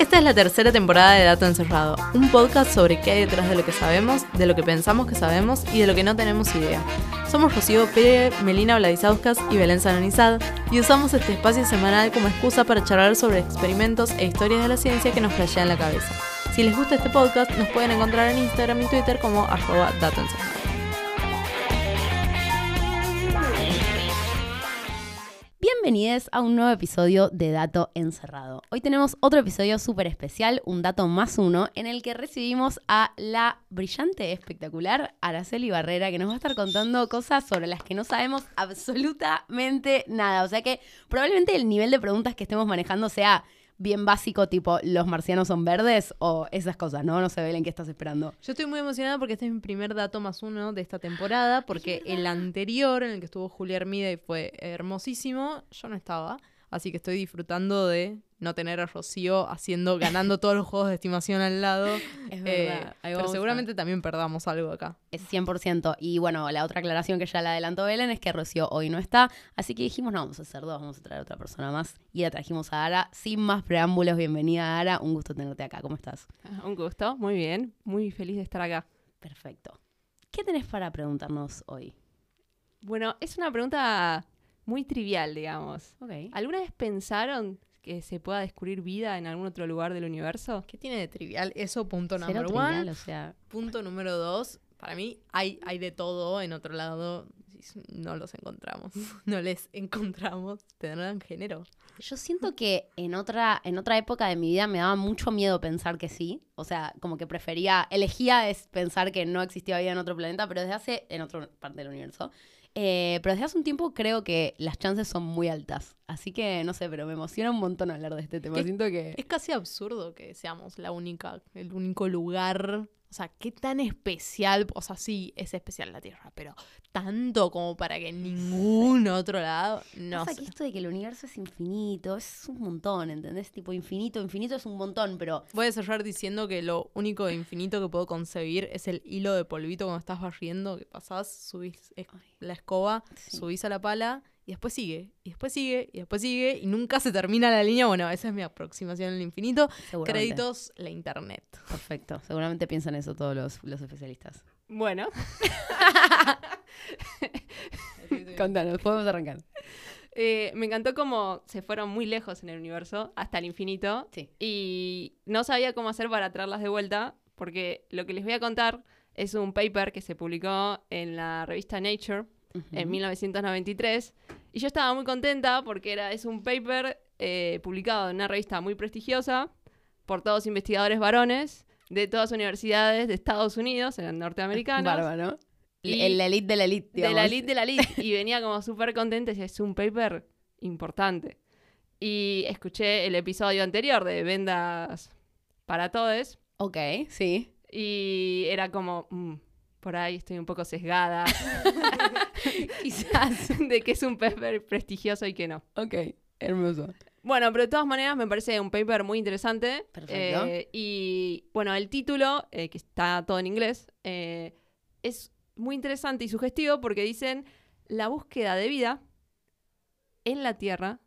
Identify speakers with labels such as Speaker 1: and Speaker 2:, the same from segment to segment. Speaker 1: Esta es la tercera temporada de Dato Encerrado, un podcast sobre qué hay detrás de lo que sabemos, de lo que pensamos que sabemos y de lo que no tenemos idea. Somos Rocío Pérez, Melina Vladisauskas y Belén Sanonizad y usamos este espacio semanal como excusa para charlar sobre experimentos e historias de la ciencia que nos flashean la cabeza. Si les gusta este podcast, nos pueden encontrar en Instagram y Twitter como arroba Dato Encerrado.
Speaker 2: Bienvenidos a un nuevo episodio de Dato Encerrado. Hoy tenemos otro episodio súper especial, un dato más uno, en el que recibimos a la brillante, espectacular Araceli Barrera, que nos va a estar contando cosas sobre las que no sabemos absolutamente nada. O sea que probablemente el nivel de preguntas que estemos manejando sea bien básico, tipo los marcianos son verdes o esas cosas, ¿no? No sé, Belén, qué estás esperando.
Speaker 1: Yo estoy muy emocionada porque este es mi primer dato más uno de esta temporada, porque el anterior en el que estuvo Julia Hermida y fue hermosísimo, yo no estaba. Así que estoy disfrutando de no tener a Rocío haciendo, ganando todos los juegos de estimación al lado.
Speaker 2: Es
Speaker 1: Eh,
Speaker 2: verdad, ahí
Speaker 1: pero
Speaker 2: vamos a-
Speaker 1: seguramente también perdamos algo acá.
Speaker 2: Es 100%. Y bueno, la otra aclaración que ya la adelantó Belén es que Rocío hoy no está. Así que dijimos, no, vamos a hacer dos, vamos a traer otra persona más. Y la trajimos a Ara. Sin más preámbulos, bienvenida Ara. Un gusto tenerte acá. ¿Cómo estás?
Speaker 3: Ah, Un gusto, muy bien, muy feliz de estar acá.
Speaker 2: Perfecto. ¿Qué tenés para preguntarnos hoy?
Speaker 3: Bueno, es una pregunta muy trivial, digamos.
Speaker 2: Ok.
Speaker 3: ¿Alguna vez pensaron que se pueda descubrir vida en algún otro lugar del universo?
Speaker 1: ¿Qué tiene de trivial eso? Punto
Speaker 2: Cero
Speaker 1: número
Speaker 2: trivial,
Speaker 1: uno.
Speaker 2: o sea,
Speaker 1: Punto número dos. Para mí hay, hay de todo en otro lado. No los encontramos. No les encontramos. Tendrán género.
Speaker 2: yo siento que en otra, en otra época de mi vida me daba mucho miedo pensar que sí. O sea, como que prefería, elegía es pensar que no existía vida en otro planeta, pero desde hace, en otra parte del universo. Eh, pero desde hace un tiempo creo que las chances son muy altas. Así que no sé, pero me emociona un montón hablar de este tema.
Speaker 1: ¿Qué-
Speaker 2: Siento que.
Speaker 1: Es casi absurdo que seamos la única, el único lugar. O sea, qué tan especial. O sea, sí, es especial la Tierra, pero tanto como para que en ningún otro lado. No
Speaker 2: pasa
Speaker 1: sé.
Speaker 2: que esto de que el universo es infinito, es un montón, ¿entendés? Tipo, infinito, infinito es un montón, pero.
Speaker 1: Voy a cerrar diciendo que lo único e infinito que puedo concebir es el hilo de polvito cuando estás barriendo, que pasás, subís es-
Speaker 2: Ay,
Speaker 1: la escoba,
Speaker 2: sí.
Speaker 1: subís a la pala y después sigue, y después sigue, y después sigue, y nunca se termina la línea. Bueno, esa es mi aproximación al infinito.
Speaker 2: Seguramente.
Speaker 1: Créditos, la internet.
Speaker 2: Perfecto. Seguramente piensan eso todos los, los especialistas.
Speaker 3: Bueno,
Speaker 2: Contanos, podemos arrancar.
Speaker 3: eh, me encantó cómo se fueron muy lejos en el universo, hasta el infinito,
Speaker 2: Sí.
Speaker 3: y no sabía cómo hacer para traerlas de vuelta, porque lo que les voy a contar es un paper que se publicó en la revista Nature en 1993. Y yo estaba muy contenta porque era, es un paper eh, publicado en una revista muy prestigiosa por todos investigadores varones de todas universidades de Estados Unidos, eran norteamericanos.
Speaker 2: Bárbaro.
Speaker 3: Y-
Speaker 2: El- La elite de la elite,
Speaker 3: De
Speaker 2: digamos.
Speaker 3: la elite de la elite. Y venía como súper contenta y decía, es un paper importante. Y escuché el episodio anterior de Vendas para Todes
Speaker 2: Ok, sí.
Speaker 3: y era como, "Mm, por ahí estoy un poco sesgada
Speaker 2: Quizás.
Speaker 3: de que es un paper prestigioso y que no.
Speaker 2: Ok, hermoso.
Speaker 3: Bueno, pero de todas maneras me parece un paper muy interesante.
Speaker 2: Perfecto.
Speaker 3: Eh, y bueno, el título, eh, que está todo en inglés, eh, es muy interesante y sugestivo porque dicen la búsqueda de vida en la Tierra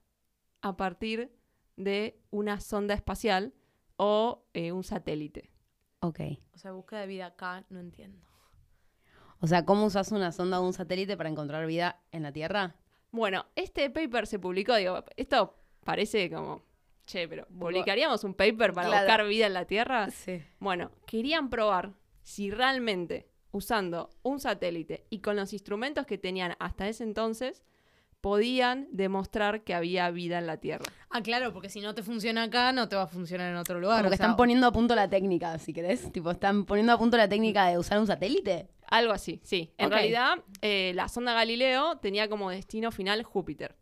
Speaker 3: a partir de una sonda espacial o eh, un satélite.
Speaker 2: Ok.
Speaker 1: O sea, búsqueda de vida acá, no entiendo.
Speaker 2: O sea, ¿cómo usas una sonda o un satélite para encontrar vida en la Tierra?
Speaker 3: Bueno, este paper se publicó, digo, esto parece como, che, pero ¿publicaríamos un paper para
Speaker 2: Claro.
Speaker 3: buscar vida en la Tierra?
Speaker 1: Ah,
Speaker 2: Sí.
Speaker 3: Bueno, querían probar si realmente usando un satélite y con los instrumentos que tenían hasta ese entonces, podían demostrar que había vida en la Tierra.
Speaker 1: Ah, claro, porque si no te funciona acá, no te va a funcionar en otro lugar.
Speaker 2: Como
Speaker 1: o
Speaker 2: que
Speaker 1: sea,
Speaker 2: están poniendo a punto la técnica, si querés. Tipo, están poniendo a punto la técnica de usar un satélite.
Speaker 3: Algo así, sí. En
Speaker 2: Ok.
Speaker 3: realidad, eh, la sonda Galileo tenía como destino final Júpiter.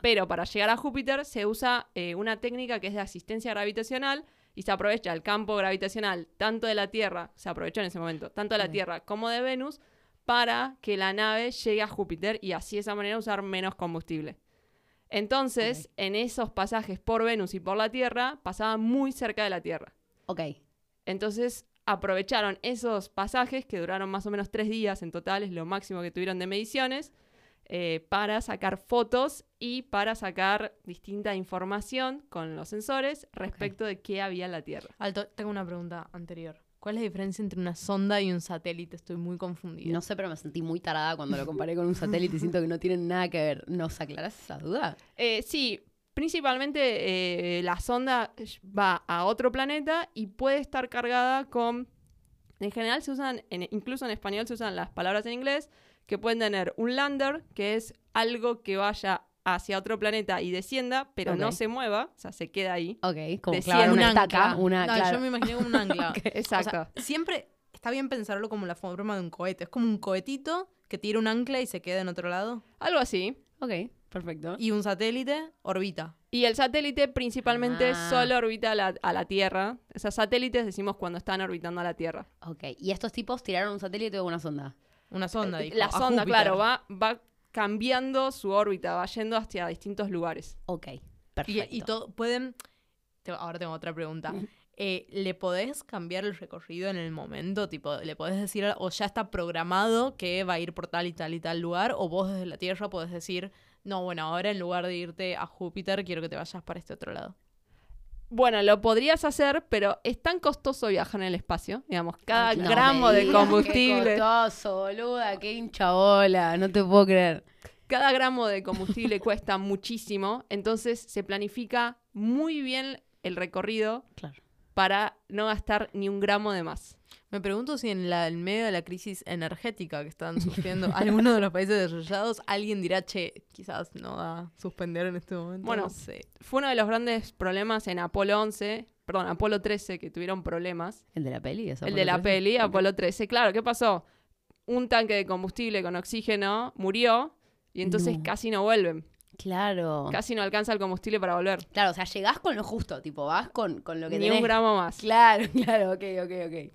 Speaker 3: Pero para llegar a Júpiter se usa eh, una técnica que es de asistencia gravitacional y se aprovecha el campo gravitacional tanto de la Tierra, se aprovechó en ese momento, tanto de la
Speaker 2: Ok.
Speaker 3: Tierra como de Venus, para que la nave llegue a Júpiter y así de esa manera usar menos combustible. Entonces, en esos pasajes por Venus y por la Tierra, pasaba muy cerca de la Tierra.
Speaker 2: Ok.
Speaker 3: Entonces aprovecharon esos pasajes que duraron más o menos tres días en total, es lo máximo que tuvieron de mediciones, eh, para sacar fotos y para sacar distinta información con los sensores respecto de qué había en la Tierra.
Speaker 1: Alto, tengo una pregunta anterior. ¿Cuál es la diferencia entre una sonda y un satélite? Estoy muy confundida.
Speaker 2: No sé, pero me sentí muy tarada cuando lo comparé con un satélite y siento que no tienen nada que ver. ¿Nos aclarás esa duda?
Speaker 3: Eh, sí, principalmente eh, la sonda va a otro planeta y puede estar cargada con... En general se usan, en- incluso en español se usan las palabras en inglés, que pueden tener un lander, que es algo que vaya hacia otro planeta y descienda, pero no
Speaker 2: Ok.
Speaker 3: se mueva, o sea, se queda ahí.
Speaker 2: Ok, como
Speaker 3: Decía
Speaker 2: clavar
Speaker 3: un
Speaker 2: una
Speaker 1: ancla.
Speaker 2: estaca. Una,
Speaker 1: No,
Speaker 2: claro.
Speaker 1: Yo me imaginé como un ancla. O
Speaker 3: Exacto.
Speaker 1: sea, siempre está bien pensarlo como la forma de un cohete. Es como un cohetito que tira un ancla y se queda en otro lado.
Speaker 3: algo así.
Speaker 2: Ok, perfecto.
Speaker 1: Y un satélite orbita.
Speaker 3: Y el satélite principalmente
Speaker 2: Ah.
Speaker 3: solo orbita a la, a la Tierra. O sea, satélites decimos cuando están orbitando a la Tierra.
Speaker 2: Ok, y estos tipos tiraron un satélite o una sonda.
Speaker 1: Una sonda.
Speaker 3: Eh,
Speaker 1: dijo,
Speaker 3: la
Speaker 1: a
Speaker 3: sonda,
Speaker 1: Júpiter.
Speaker 3: claro, va, va cambiando su órbita, va yendo hacia distintos lugares.
Speaker 2: Ok,
Speaker 1: Y,
Speaker 2: perfecto.
Speaker 1: y todo, pueden... te- ahora tengo otra pregunta. Eh, ¿Le podés cambiar el recorrido en el momento? Tipo, ¿le podés decir, a- o ya está programado que va a ir por tal y tal y tal lugar? ¿O vos desde la Tierra podés decir, no, bueno, ahora en lugar de irte a Júpiter, quiero que te vayas para este otro lado?
Speaker 3: Bueno, lo podrías hacer, pero es tan costoso viajar en el espacio. Digamos, cada
Speaker 2: No
Speaker 3: gramo
Speaker 2: me
Speaker 3: de
Speaker 2: digas, Qué
Speaker 3: combustible,
Speaker 2: costoso, boluda, qué hincha bola, no te puedo creer.
Speaker 3: cada gramo de combustible cuesta muchísimo. Entonces se planifica muy bien el recorrido
Speaker 2: Claro.
Speaker 3: para no gastar ni un gramo de más.
Speaker 1: Me pregunto si en, la, en medio de la crisis energética que están sufriendo algunos de los países desarrollados, alguien dirá, che, quizás no da suspender en este momento.
Speaker 3: Bueno,
Speaker 1: no sé.
Speaker 3: Fue uno de los grandes problemas en Apolo 11, perdón, Apolo 13, que tuvieron problemas.
Speaker 2: El de la peli, eso.
Speaker 3: El de la peli, Apolo 13. Claro, ¿qué pasó? Un tanque de combustible con oxígeno murió y entonces
Speaker 2: No. Ah.
Speaker 3: casi no vuelven.
Speaker 2: Claro.
Speaker 3: Casi no alcanza el combustible para volver.
Speaker 2: Claro, o sea, llegás con lo justo, tipo, vas con, con lo que
Speaker 3: Ni
Speaker 2: tenés.
Speaker 3: un gramo más.
Speaker 2: Claro, claro, ok, ok, ok.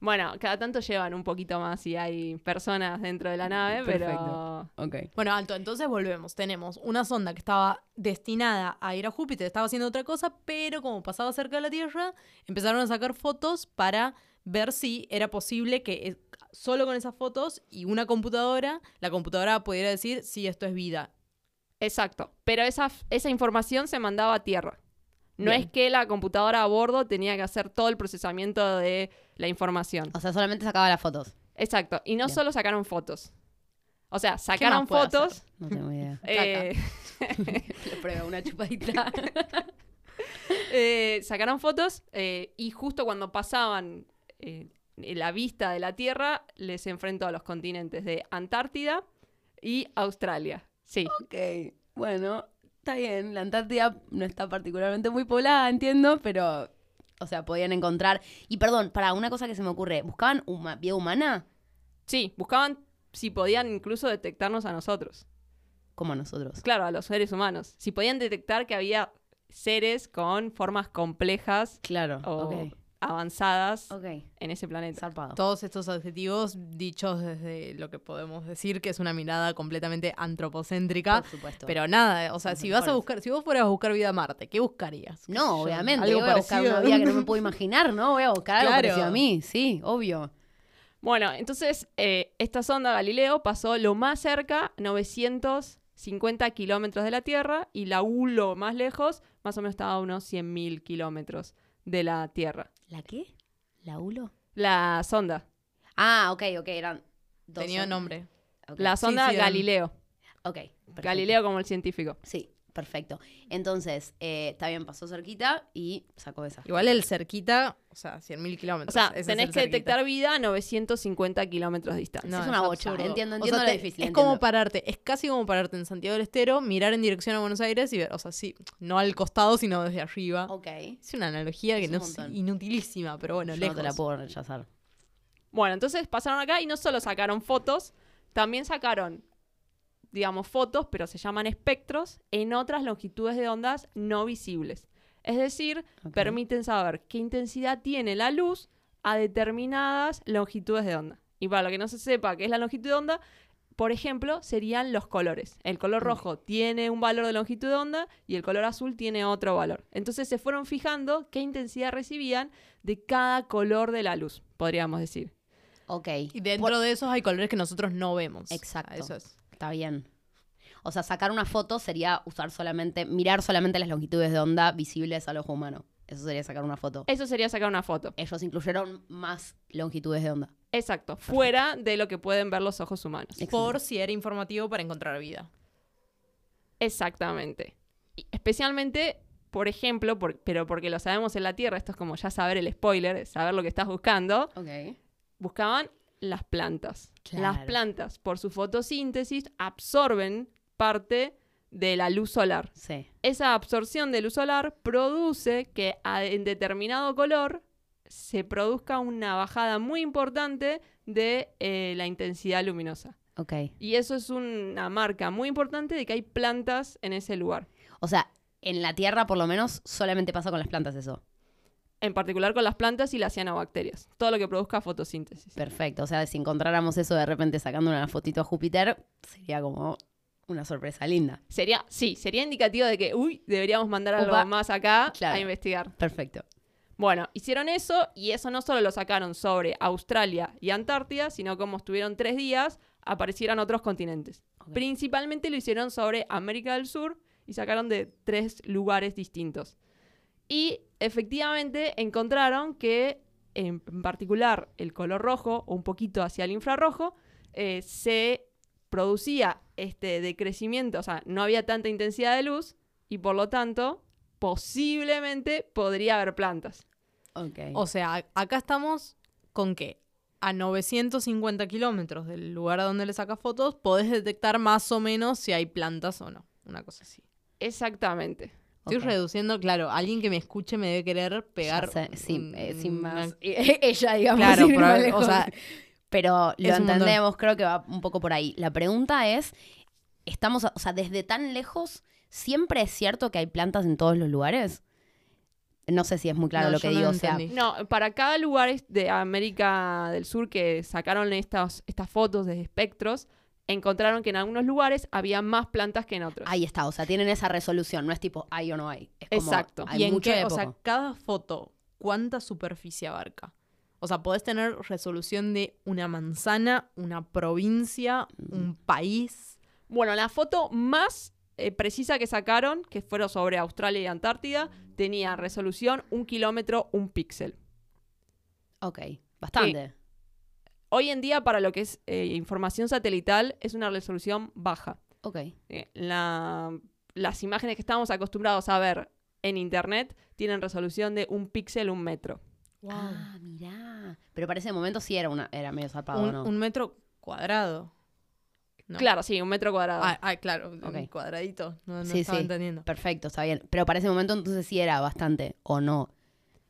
Speaker 3: Bueno, cada tanto llevan un poquito más y hay personas dentro de la nave,
Speaker 2: Perfecto.
Speaker 3: pero...
Speaker 2: Ok.
Speaker 1: Bueno, alto, entonces volvemos. Tenemos una sonda que estaba destinada a ir a Júpiter, estaba haciendo otra cosa, pero como pasaba cerca de la Tierra, empezaron a sacar fotos para ver si era posible que eh, solo con esas fotos y una computadora, la computadora pudiera decir si esto es vida.
Speaker 3: Exacto. Pero esa, esa información se mandaba a tierra. No
Speaker 2: Bien.
Speaker 3: es que la computadora a bordo tenía que hacer todo el procesamiento de la información.
Speaker 2: O sea, solamente sacaba las fotos.
Speaker 3: Exacto. Y no
Speaker 2: Ah. Bien.
Speaker 3: solo sacaron fotos. O sea,
Speaker 1: ¿Qué
Speaker 3: sacaron
Speaker 1: más puede
Speaker 3: fotos.
Speaker 1: hacer?
Speaker 2: No tengo idea.
Speaker 1: Caca.
Speaker 3: eh,
Speaker 2: Le prueba una chupadita.
Speaker 3: eh, sacaron fotos eh, y justo cuando pasaban eh, la vista de la Tierra, les enfrentó a los continentes de Antártida y Australia. Sí.
Speaker 2: ok, bueno, está bien. La Antártida no está particularmente muy poblada, entiendo, pero. O sea, podían encontrar. Y perdón, para una cosa que se me ocurre, ¿buscaban huma- vida humana?
Speaker 3: Sí, buscaban si podían incluso detectarnos a nosotros.
Speaker 2: Como nosotros.
Speaker 3: Claro, a los seres humanos. Si podían detectar que había seres con formas complejas
Speaker 2: Claro.
Speaker 3: o
Speaker 2: Ok.
Speaker 3: avanzadas
Speaker 2: Ok.
Speaker 3: en ese planeta.
Speaker 2: Zarpado.
Speaker 1: Todos estos adjetivos dichos desde lo que podemos decir que es una mirada completamente antropocéntrica.
Speaker 2: Por supuesto.
Speaker 1: Pero nada, o sea,
Speaker 2: Los
Speaker 1: si vas a
Speaker 2: mejores.
Speaker 1: buscar, si vos fueras a buscar vida a Marte, ¿qué buscarías? ¿Qué sé
Speaker 2: No,
Speaker 1: yo?
Speaker 2: obviamente.
Speaker 1: Algo
Speaker 2: yo voy a buscar
Speaker 1: parecido.
Speaker 2: una vida que no me puedo imaginar, ¿no? Voy a buscar algo
Speaker 1: Claro.
Speaker 2: parecido a mí, sí, obvio.
Speaker 3: Bueno, entonces eh, esta sonda Galileo pasó lo más cerca, 950 kilómetros de la Tierra, y la U lo más lejos, más o menos estaba a unos 100.000 kilómetros de la Tierra.
Speaker 2: ¿La qué? ¿La ULO?
Speaker 3: La sonda,
Speaker 2: Ah, ok, ok, eran dos.
Speaker 1: Tenía
Speaker 2: son-
Speaker 1: nombre.
Speaker 2: ok,
Speaker 3: la
Speaker 1: Sí,
Speaker 3: sonda
Speaker 1: sí, eran-
Speaker 3: Galileo.
Speaker 2: ok, perfecto.
Speaker 3: Galileo como el científico.
Speaker 2: Sí, perfecto. Entonces, eh, está bien, pasó cerquita y sacó esa.
Speaker 1: Igual el cerquita, o sea, 100.000
Speaker 3: O
Speaker 1: kilómetros.
Speaker 3: sea,
Speaker 1: ese es el
Speaker 3: tenés que
Speaker 1: cerquita.
Speaker 3: detectar vida a 950 kilómetros de distancia.
Speaker 2: No. es una bocha,
Speaker 1: O
Speaker 2: entiendo, entiendo
Speaker 1: sea,
Speaker 2: lo
Speaker 1: te-
Speaker 2: difícil,
Speaker 1: Es
Speaker 2: entiendo.
Speaker 1: como pararte, es casi como pararte en Santiago del Estero, mirar en dirección a Buenos Aires y ver, o sea, sí, no al costado, sino desde arriba.
Speaker 2: Ok.
Speaker 1: Es una analogía que
Speaker 2: Es un
Speaker 1: no es
Speaker 2: montón.
Speaker 1: inutilísima, pero bueno,
Speaker 2: Yo
Speaker 1: lejos.
Speaker 2: no te la puedo rechazar.
Speaker 3: Bueno, entonces pasaron acá y no solo sacaron fotos, también sacaron, digamos, fotos, pero se llaman espectros, en otras longitudes de ondas no visibles. Es decir,
Speaker 2: Ok.
Speaker 3: permiten saber qué intensidad tiene la luz a determinadas longitudes de onda. Y para lo que no se sepa qué es la longitud de onda, por ejemplo, serían los colores. El color rojo tiene un valor de longitud de onda y el color azul tiene otro valor. Entonces se fueron fijando qué intensidad recibían de cada color de la luz, podríamos decir.
Speaker 2: Ok.
Speaker 1: Y dentro de esos hay colores que nosotros no vemos.
Speaker 2: Exacto.
Speaker 1: Eso es.
Speaker 2: Está bien. O sea, sacar una foto sería usar solamente, mirar solamente las longitudes de onda visibles al ojo humano. Eso sería sacar una foto.
Speaker 3: Eso sería sacar una foto.
Speaker 2: Ellos incluyeron más longitudes de onda.
Speaker 3: Exacto, fuera de lo que pueden ver los ojos humanos.
Speaker 2: Excelente.
Speaker 1: Por si era informativo para encontrar vida.
Speaker 3: Exactamente. Y especialmente, por ejemplo, por- pero porque lo sabemos en la Tierra, esto es como ya saber el spoiler, saber lo que estás buscando,
Speaker 2: Ok.
Speaker 3: buscaban las plantas. Las
Speaker 2: Claro.
Speaker 3: plantas, por su fotosíntesis, absorben parte de la luz solar.
Speaker 2: Sí.
Speaker 3: Esa absorción de luz solar produce que a- en determinado color se produzca una bajada muy importante de eh, la intensidad luminosa.
Speaker 2: Ok.
Speaker 3: Y eso es una marca muy importante de que hay plantas en ese lugar.
Speaker 2: O sea, en la Tierra por lo menos solamente pasa con las plantas eso.
Speaker 3: En particular con las plantas y las cianobacterias. Todo lo que produzca fotosíntesis.
Speaker 2: Perfecto. O sea, si encontráramos eso de repente sacando una fotito a Júpiter, sería como una sorpresa linda.
Speaker 3: Sería, sí, sería indicativo de que, uy, deberíamos mandar algo
Speaker 2: Upa.
Speaker 3: más acá
Speaker 2: Claro.
Speaker 3: a investigar.
Speaker 2: Perfecto.
Speaker 3: Bueno, hicieron eso y eso no solo lo sacaron sobre Australia y Antártida, sino como estuvieron tres días, aparecieron otros continentes.
Speaker 2: Ok.
Speaker 3: Principalmente lo hicieron sobre América del Sur y sacaron de tres lugares distintos. Y efectivamente encontraron que en particular el color rojo, o un poquito hacia el infrarrojo, eh, se producía este decrecimiento, o sea, no había tanta intensidad de luz y por lo tanto posiblemente podría haber plantas.
Speaker 2: Ok.
Speaker 1: O sea, acá estamos con que a 950 kilómetros del lugar a donde le sacas fotos podés detectar más o menos si hay plantas o no. Una cosa así.
Speaker 3: Exactamente.
Speaker 1: Estoy
Speaker 2: Ok.
Speaker 1: reduciendo, claro, alguien que me escuche me debe querer pegar.
Speaker 2: Ya sé, sí,
Speaker 1: un-
Speaker 2: eh, sin
Speaker 1: una-
Speaker 2: más. Ella, digamos.
Speaker 1: Claro,
Speaker 2: sin ir más
Speaker 1: probable- o
Speaker 2: lejos.
Speaker 1: sea,
Speaker 2: pero lo
Speaker 1: es un montón.
Speaker 2: entendemos, creo que va un poco por ahí. La pregunta es, estamos, o sea, desde tan lejos, ¿siempre es cierto que hay plantas en todos los lugares? No sé si es muy claro
Speaker 1: No,
Speaker 2: lo que
Speaker 1: yo no
Speaker 2: digo,
Speaker 1: lo
Speaker 2: o sea,
Speaker 1: entendí.
Speaker 3: No, para cada lugar es- de América del Sur que sacaron estas, estas fotos de espectros, encontraron que en algunos lugares había más plantas que en otros.
Speaker 2: ahí está, o sea, tienen esa resolución, no es tipo hay o no hay. Es como,
Speaker 3: Exacto.
Speaker 2: Hay
Speaker 1: ¿Y en
Speaker 2: mucho
Speaker 1: qué?
Speaker 2: de
Speaker 1: O sea,
Speaker 2: poco.
Speaker 1: cada foto, ¿cuánta superficie abarca? O sea, podés tener resolución de una manzana, una provincia,
Speaker 2: Mm.
Speaker 1: un país.
Speaker 3: Bueno, la foto más eh, precisa que sacaron, que fueron sobre Australia y Antártida, tenía resolución un kilómetro, un píxel.
Speaker 2: Ok, bastante.
Speaker 3: Hoy en día, para lo que es eh, información satelital, es una resolución baja.
Speaker 2: Ok,
Speaker 3: Eh, la- las imágenes que estamos acostumbrados a ver en internet tienen resolución de un píxel, un metro.
Speaker 2: Ah, mirá. Pero para ese momento sí era una, era medio zarpado,
Speaker 1: un,
Speaker 2: ¿no?
Speaker 1: un metro cuadrado. No.
Speaker 3: Claro, sí, un metro cuadrado.
Speaker 1: Ah, ah, claro,
Speaker 2: Ok.
Speaker 1: cuadradito. No, no
Speaker 2: Sí,
Speaker 1: estaba
Speaker 2: sí.
Speaker 1: entendiendo.
Speaker 2: Perfecto, está bien. Pero para ese momento entonces sí era bastante, o no.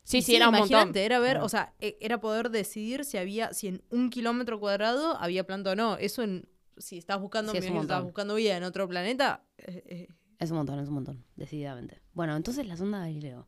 Speaker 3: sí,
Speaker 1: Y
Speaker 3: sí, era un montón.
Speaker 1: imagínate, era ver,
Speaker 2: Claro.
Speaker 1: o sea, e- era poder decidir si había, si en un kilómetro cuadrado había planta o no. Eso en, si estás buscando,
Speaker 2: Sí, es
Speaker 1: me
Speaker 2: un
Speaker 1: imagino que estás
Speaker 2: montón.
Speaker 1: buscando vida en otro planeta. eh, eh,
Speaker 2: Es un montón, es un montón, decididamente. Bueno, entonces la sonda de Galileo.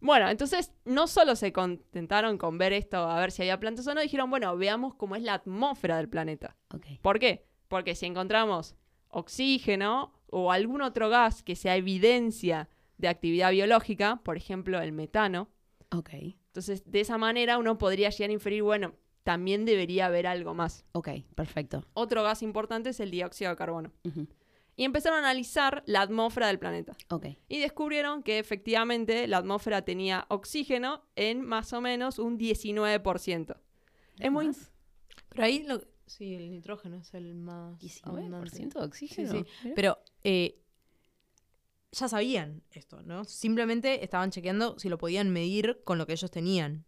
Speaker 3: Bueno, entonces no solo se contentaron con ver esto, a ver si había plantas o no, dijeron, bueno, veamos cómo es la atmósfera del planeta.
Speaker 2: Ok.
Speaker 3: ¿Por qué? Porque si encontramos oxígeno o algún otro gas que sea evidencia de actividad biológica, por ejemplo, el metano,
Speaker 2: Ok.
Speaker 3: entonces de esa manera uno podría llegar a inferir, bueno, también debería haber algo más.
Speaker 2: Ok, perfecto.
Speaker 3: Otro gas importante es el dióxido de carbono.
Speaker 2: Ujú,
Speaker 3: Y empezaron a analizar la atmósfera del planeta.
Speaker 2: Ok.
Speaker 3: Y descubrieron que efectivamente la atmósfera tenía oxígeno en más o menos un 19%. Es muy...
Speaker 2: ¿Más?
Speaker 1: Pero ahí, lo- sí, el nitrógeno es el más abundante.
Speaker 2: 19% de oxígeno.
Speaker 1: Sí,
Speaker 2: Mirá.
Speaker 1: Pero eh, ya sabían esto, ¿no? Simplemente estaban chequeando si lo podían medir con lo que ellos tenían.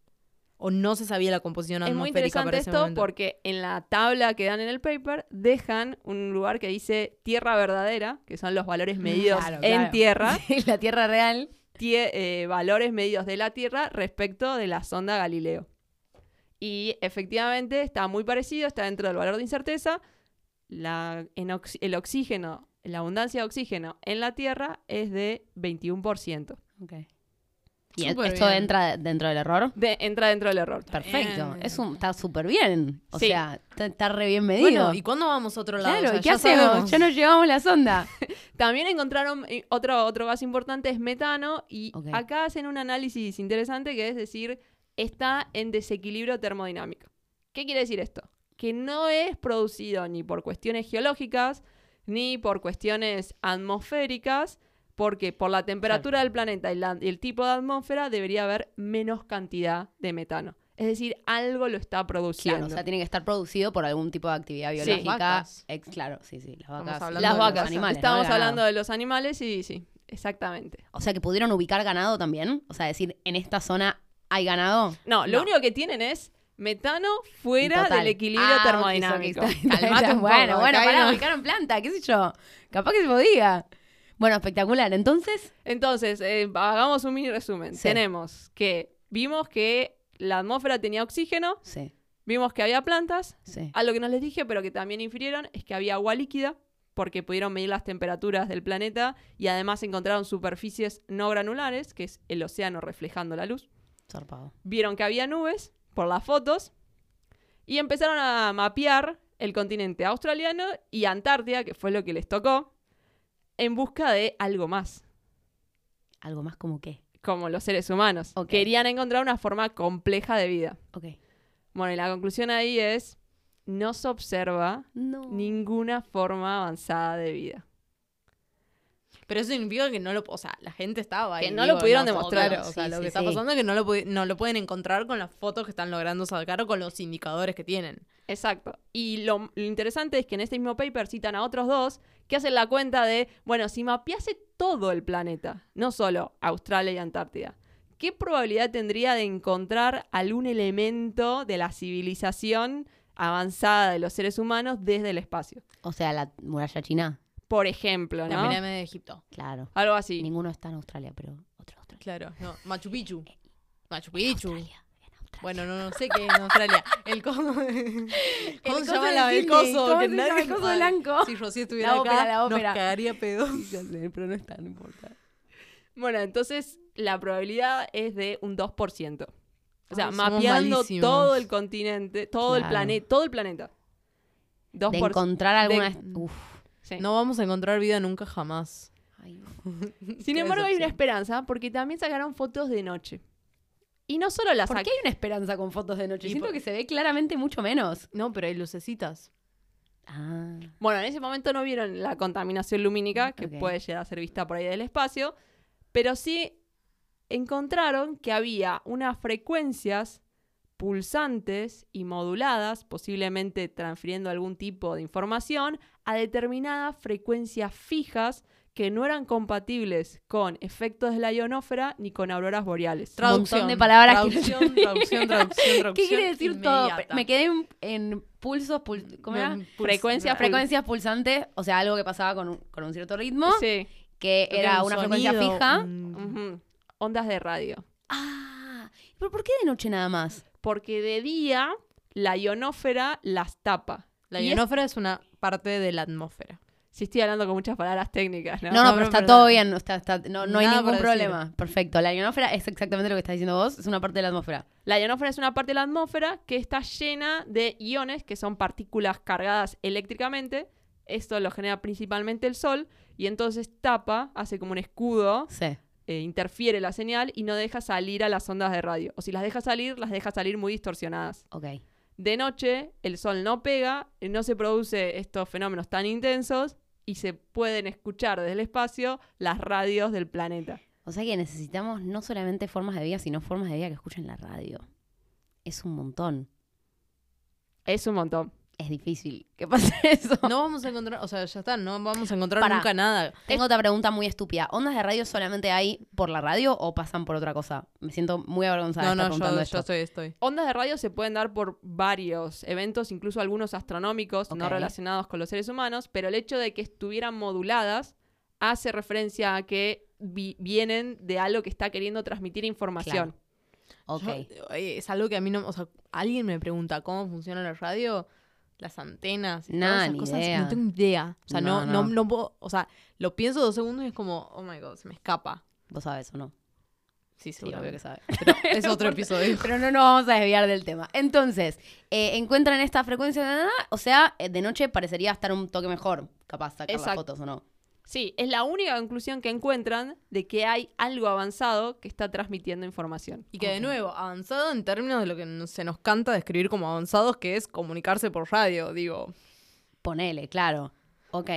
Speaker 1: O no se sabía la composición
Speaker 3: Es muy
Speaker 1: atmosférica
Speaker 3: interesante
Speaker 1: para ese
Speaker 3: esto
Speaker 1: momento.
Speaker 3: porque en la tabla que dan en el paper dejan un lugar que dice tierra verdadera, que son los valores medidos
Speaker 1: Mm, Claro,
Speaker 3: en
Speaker 1: claro.
Speaker 3: tierra,
Speaker 2: la Tierra real.
Speaker 3: tie- eh, valores medidos de la tierra respecto de la sonda Galileo. Y efectivamente está muy parecido, está dentro del valor de incerteza. La- en ox- el oxígeno, la abundancia de oxígeno en la tierra es de 21%.
Speaker 2: Ok. Y
Speaker 1: Súper
Speaker 2: esto
Speaker 1: bien.
Speaker 2: entra dentro del error.
Speaker 3: De- entra dentro del error.
Speaker 2: Perfecto.
Speaker 1: Bien.
Speaker 2: Es un, está súper bien. O
Speaker 3: Sí.
Speaker 2: sea, está, está re bien medido.
Speaker 1: Bueno, ¿y cuándo vamos a otro lado?
Speaker 2: claro,
Speaker 1: O sea,
Speaker 2: ¿y qué
Speaker 1: ya
Speaker 2: hacemos?
Speaker 1: sabemos.
Speaker 2: Ya nos llevamos la sonda.
Speaker 3: También encontraron eh, otro, otro gas importante, es metano, y
Speaker 2: Ok.
Speaker 3: acá hacen un análisis interesante que es decir, está en desequilibrio termodinámico. ¿Qué quiere decir esto? Que no es producido ni por cuestiones geológicas, ni por cuestiones atmosféricas, porque por la temperatura del planeta y, la- y el tipo de atmósfera debería haber menos cantidad de metano. Es decir, algo lo está produciendo.
Speaker 2: Claro, o sea, tiene que estar producido por algún tipo de actividad biológica.
Speaker 1: vacas.
Speaker 2: Ex- claro, sí, sí, las
Speaker 1: Estamos
Speaker 2: vacas.
Speaker 1: hablando
Speaker 2: Las
Speaker 1: de
Speaker 2: vacas,
Speaker 1: los
Speaker 2: animales. ¿no?
Speaker 3: Estamos
Speaker 2: El ganado.
Speaker 3: hablando de los animales y sí, exactamente.
Speaker 2: O sea, que pudieron ubicar ganado también. O sea, decir, en esta zona hay ganado.
Speaker 3: No, lo
Speaker 2: No.
Speaker 3: único que tienen es metano fuera
Speaker 2: Total.
Speaker 3: del equilibrio
Speaker 2: Ah,
Speaker 3: termodinámico.
Speaker 2: ok, ok, está-
Speaker 1: Calmate
Speaker 2: está-
Speaker 1: un poco,
Speaker 2: bueno, bueno,
Speaker 1: acá
Speaker 2: pará,
Speaker 1: no.
Speaker 2: ubicaron planta, qué sé yo. Capaz que se podía. Bueno, espectacular. Entonces,
Speaker 3: Entonces, eh, hagamos un mini resumen.
Speaker 2: Sí.
Speaker 3: Tenemos que vimos que la atmósfera tenía oxígeno,
Speaker 2: sí,
Speaker 3: vimos que había plantas,
Speaker 2: sí.
Speaker 3: algo que no les dije, pero que también infirieron, es que había agua líquida, porque pudieron medir las temperaturas del planeta y además encontraron superficies no granulares, que es el océano reflejando la luz.
Speaker 2: Zarpado.
Speaker 3: Vieron que había nubes por las fotos y empezaron a mapear el continente australiano y Antártida, que fue lo que les tocó, en busca de algo más,
Speaker 2: Algo más como qué.
Speaker 3: como los seres humanos.
Speaker 2: Ok.
Speaker 3: Querían encontrar una forma compleja de vida.
Speaker 2: Ok.
Speaker 3: Bueno, y la conclusión ahí es, no se observa
Speaker 2: No.
Speaker 3: ninguna forma avanzada de vida.
Speaker 1: Pero eso significa que no lo. O sea, la gente estaba ahí.
Speaker 3: Que no lo pudieron demostrar.
Speaker 1: claro, o sea,
Speaker 2: Sí,
Speaker 1: lo
Speaker 2: sí,
Speaker 1: que está
Speaker 2: sí.
Speaker 1: pasando es que no lo, pudi- no lo pueden encontrar con las fotos que están logrando sacar o con los indicadores que tienen.
Speaker 3: Exacto. Y lo, lo interesante es que en este mismo paper citan a otros dos que hacen la cuenta de, bueno, si mapease todo el planeta, no solo Australia y Antártida, ¿qué probabilidad tendría de encontrar algún elemento de la civilización avanzada de los seres humanos desde el espacio?
Speaker 2: O sea, la muralla china.
Speaker 3: Por ejemplo,
Speaker 1: La
Speaker 3: ¿no?
Speaker 1: pirámide de Egipto.
Speaker 2: Claro.
Speaker 3: Algo así.
Speaker 2: Ninguno está en Australia, pero otro Australia.
Speaker 1: Claro, no. Machu Picchu. Machu Picchu.
Speaker 2: Australia, en Australia.
Speaker 1: Bueno, no, no sé qué es en Australia. El coso. ¿Cómo se
Speaker 2: coso
Speaker 1: llama
Speaker 2: de
Speaker 1: la del
Speaker 2: Disney,
Speaker 1: coso?
Speaker 2: ¿cómo
Speaker 1: Que
Speaker 2: se llama
Speaker 1: nadie
Speaker 2: el coso
Speaker 1: sabe.
Speaker 2: blanco?
Speaker 1: Si Rocío estuviera
Speaker 2: La
Speaker 1: acá,
Speaker 2: ópera, la ópera.
Speaker 1: nos cagaría a pedos.
Speaker 2: Ya sé, pero no está, no importa.
Speaker 3: Bueno, entonces la probabilidad es de un 2%. O
Speaker 2: Ah,
Speaker 3: sea,
Speaker 1: Ay, somos
Speaker 3: mapeando
Speaker 1: malísimos.
Speaker 3: todo el continente, todo el
Speaker 2: Claro.
Speaker 3: planeta, todo el planeta. 2%.
Speaker 2: De encontrar alguna...
Speaker 1: de-
Speaker 2: Uf.
Speaker 3: Sí.
Speaker 1: No vamos a encontrar vida nunca jamás.
Speaker 2: Ay, no.
Speaker 3: Sin
Speaker 1: Qué
Speaker 3: embargo, hay una
Speaker 1: decepción.
Speaker 3: esperanza porque también sacaron fotos de noche. Y no solo las
Speaker 2: ¿Por qué
Speaker 3: sacaron.
Speaker 2: hay una esperanza con fotos de noche?
Speaker 1: Y
Speaker 2: Siento
Speaker 1: por-
Speaker 2: que se ve claramente mucho menos.
Speaker 1: No, pero hay lucecitas.
Speaker 2: Ah,
Speaker 3: Bueno, en ese momento no vieron la contaminación lumínica, que
Speaker 2: Ok.
Speaker 3: puede llegar a ser vista por ahí del espacio, pero sí encontraron que había unas frecuencias pulsantes y moduladas, posiblemente transfiriendo algún tipo de información, a determinadas frecuencias fijas que no eran compatibles con efectos de la ionósfera ni con auroras boreales.
Speaker 2: Tra- de palabras que no
Speaker 1: Traducción,
Speaker 2: entendí.
Speaker 1: traducción, traducción, traducción.
Speaker 2: ¿Qué quiere decir
Speaker 1: inmediata.
Speaker 2: todo? Me quedé en, en pulsos, pul- ¿cómo era?
Speaker 1: Me- pulsa-
Speaker 3: Frecuencia,
Speaker 2: Frecuencias pulsantes, o sea, algo que pasaba con un, con un cierto ritmo,
Speaker 3: Sí.
Speaker 2: que
Speaker 1: Creo que
Speaker 2: era
Speaker 1: un
Speaker 2: Mm. una frecuencia
Speaker 1: sonido, mm.
Speaker 2: fija.
Speaker 1: un-
Speaker 3: Ujú. Ondas de radio.
Speaker 2: Ah, pero ¿por qué de noche nada más?
Speaker 3: Porque de día la ionósfera las tapa.
Speaker 1: La
Speaker 3: Y es-
Speaker 1: ionósfera es una parte de la atmósfera.
Speaker 3: Sí estoy hablando con muchas palabras técnicas, ¿no?
Speaker 2: No, no,
Speaker 1: no,
Speaker 2: pero
Speaker 1: no,
Speaker 2: está
Speaker 1: pero-
Speaker 2: todo bien, no, está, está- no, no hay
Speaker 1: Nada
Speaker 2: ningún
Speaker 1: para decir.
Speaker 2: problema. Perfecto, la ionósfera es exactamente lo que estás diciendo vos, es una parte de la atmósfera.
Speaker 3: La ionósfera es una parte de la atmósfera que está llena de iones, que son partículas cargadas eléctricamente. Esto lo genera principalmente el sol y entonces tapa, hace como un escudo,
Speaker 2: Sí.
Speaker 3: eh, interfiere la señal y no deja salir a las ondas de radio. O si las deja salir, las deja salir muy distorsionadas.
Speaker 2: Ok.
Speaker 3: De noche el sol no pega, no se produce estos fenómenos tan intensos y se pueden escuchar desde el espacio las radios del planeta.
Speaker 2: O sea que necesitamos no solamente formas de vida, sino formas de vida que escuchen la radio. Es un montón.
Speaker 3: Es un montón.
Speaker 2: Es difícil que pase eso.
Speaker 1: No vamos a encontrar, o sea, ya está, no vamos a encontrar
Speaker 2: Pará.
Speaker 1: nunca nada.
Speaker 2: Tengo otra pregunta muy estúpida. ¿Ondas de radio solamente hay por la radio o pasan por otra cosa? Me siento muy avergonzada
Speaker 1: No,
Speaker 2: de estar
Speaker 1: no,
Speaker 2: preguntando
Speaker 1: yo,
Speaker 2: esto.
Speaker 1: yo estoy, estoy.
Speaker 3: Ondas de radio se pueden dar por varios eventos, incluso algunos astronómicos no
Speaker 2: Ok.
Speaker 3: relacionados con los seres humanos, pero el hecho de que estuvieran moduladas hace referencia a que vi- vienen de algo que está queriendo transmitir información.
Speaker 2: Ok.
Speaker 1: Yo- eh, es algo que a mí no, o sea, alguien me pregunta cómo funciona la radio, las antenas, y
Speaker 2: Nah,
Speaker 1: todas esas
Speaker 2: ni
Speaker 1: cosas,
Speaker 2: idea.
Speaker 1: no tengo idea. O sea, no,
Speaker 2: No,
Speaker 1: no,
Speaker 2: no.
Speaker 1: no puedo, o sea, lo pienso dos segundos y es como, oh my god, se me escapa.
Speaker 2: Vos sabés o no.
Speaker 1: Sí,
Speaker 2: Sí, obvio que sabes.
Speaker 1: Es otro episodio.
Speaker 2: Pero no nos vamos a desviar del tema. Entonces, eh, encuentran esta frecuencia, na, na, na, o sea, eh, de noche parecería estar un toque mejor. Capaz sacar las
Speaker 3: Exacto.
Speaker 2: fotos o no.
Speaker 3: Sí, es la única conclusión que encuentran de que hay algo avanzado que está transmitiendo información.
Speaker 1: Y que de nuevo, avanzado en términos de lo que no- se nos canta describir como avanzados, que es comunicarse por radio, digo.
Speaker 2: Ponele, claro. Ok.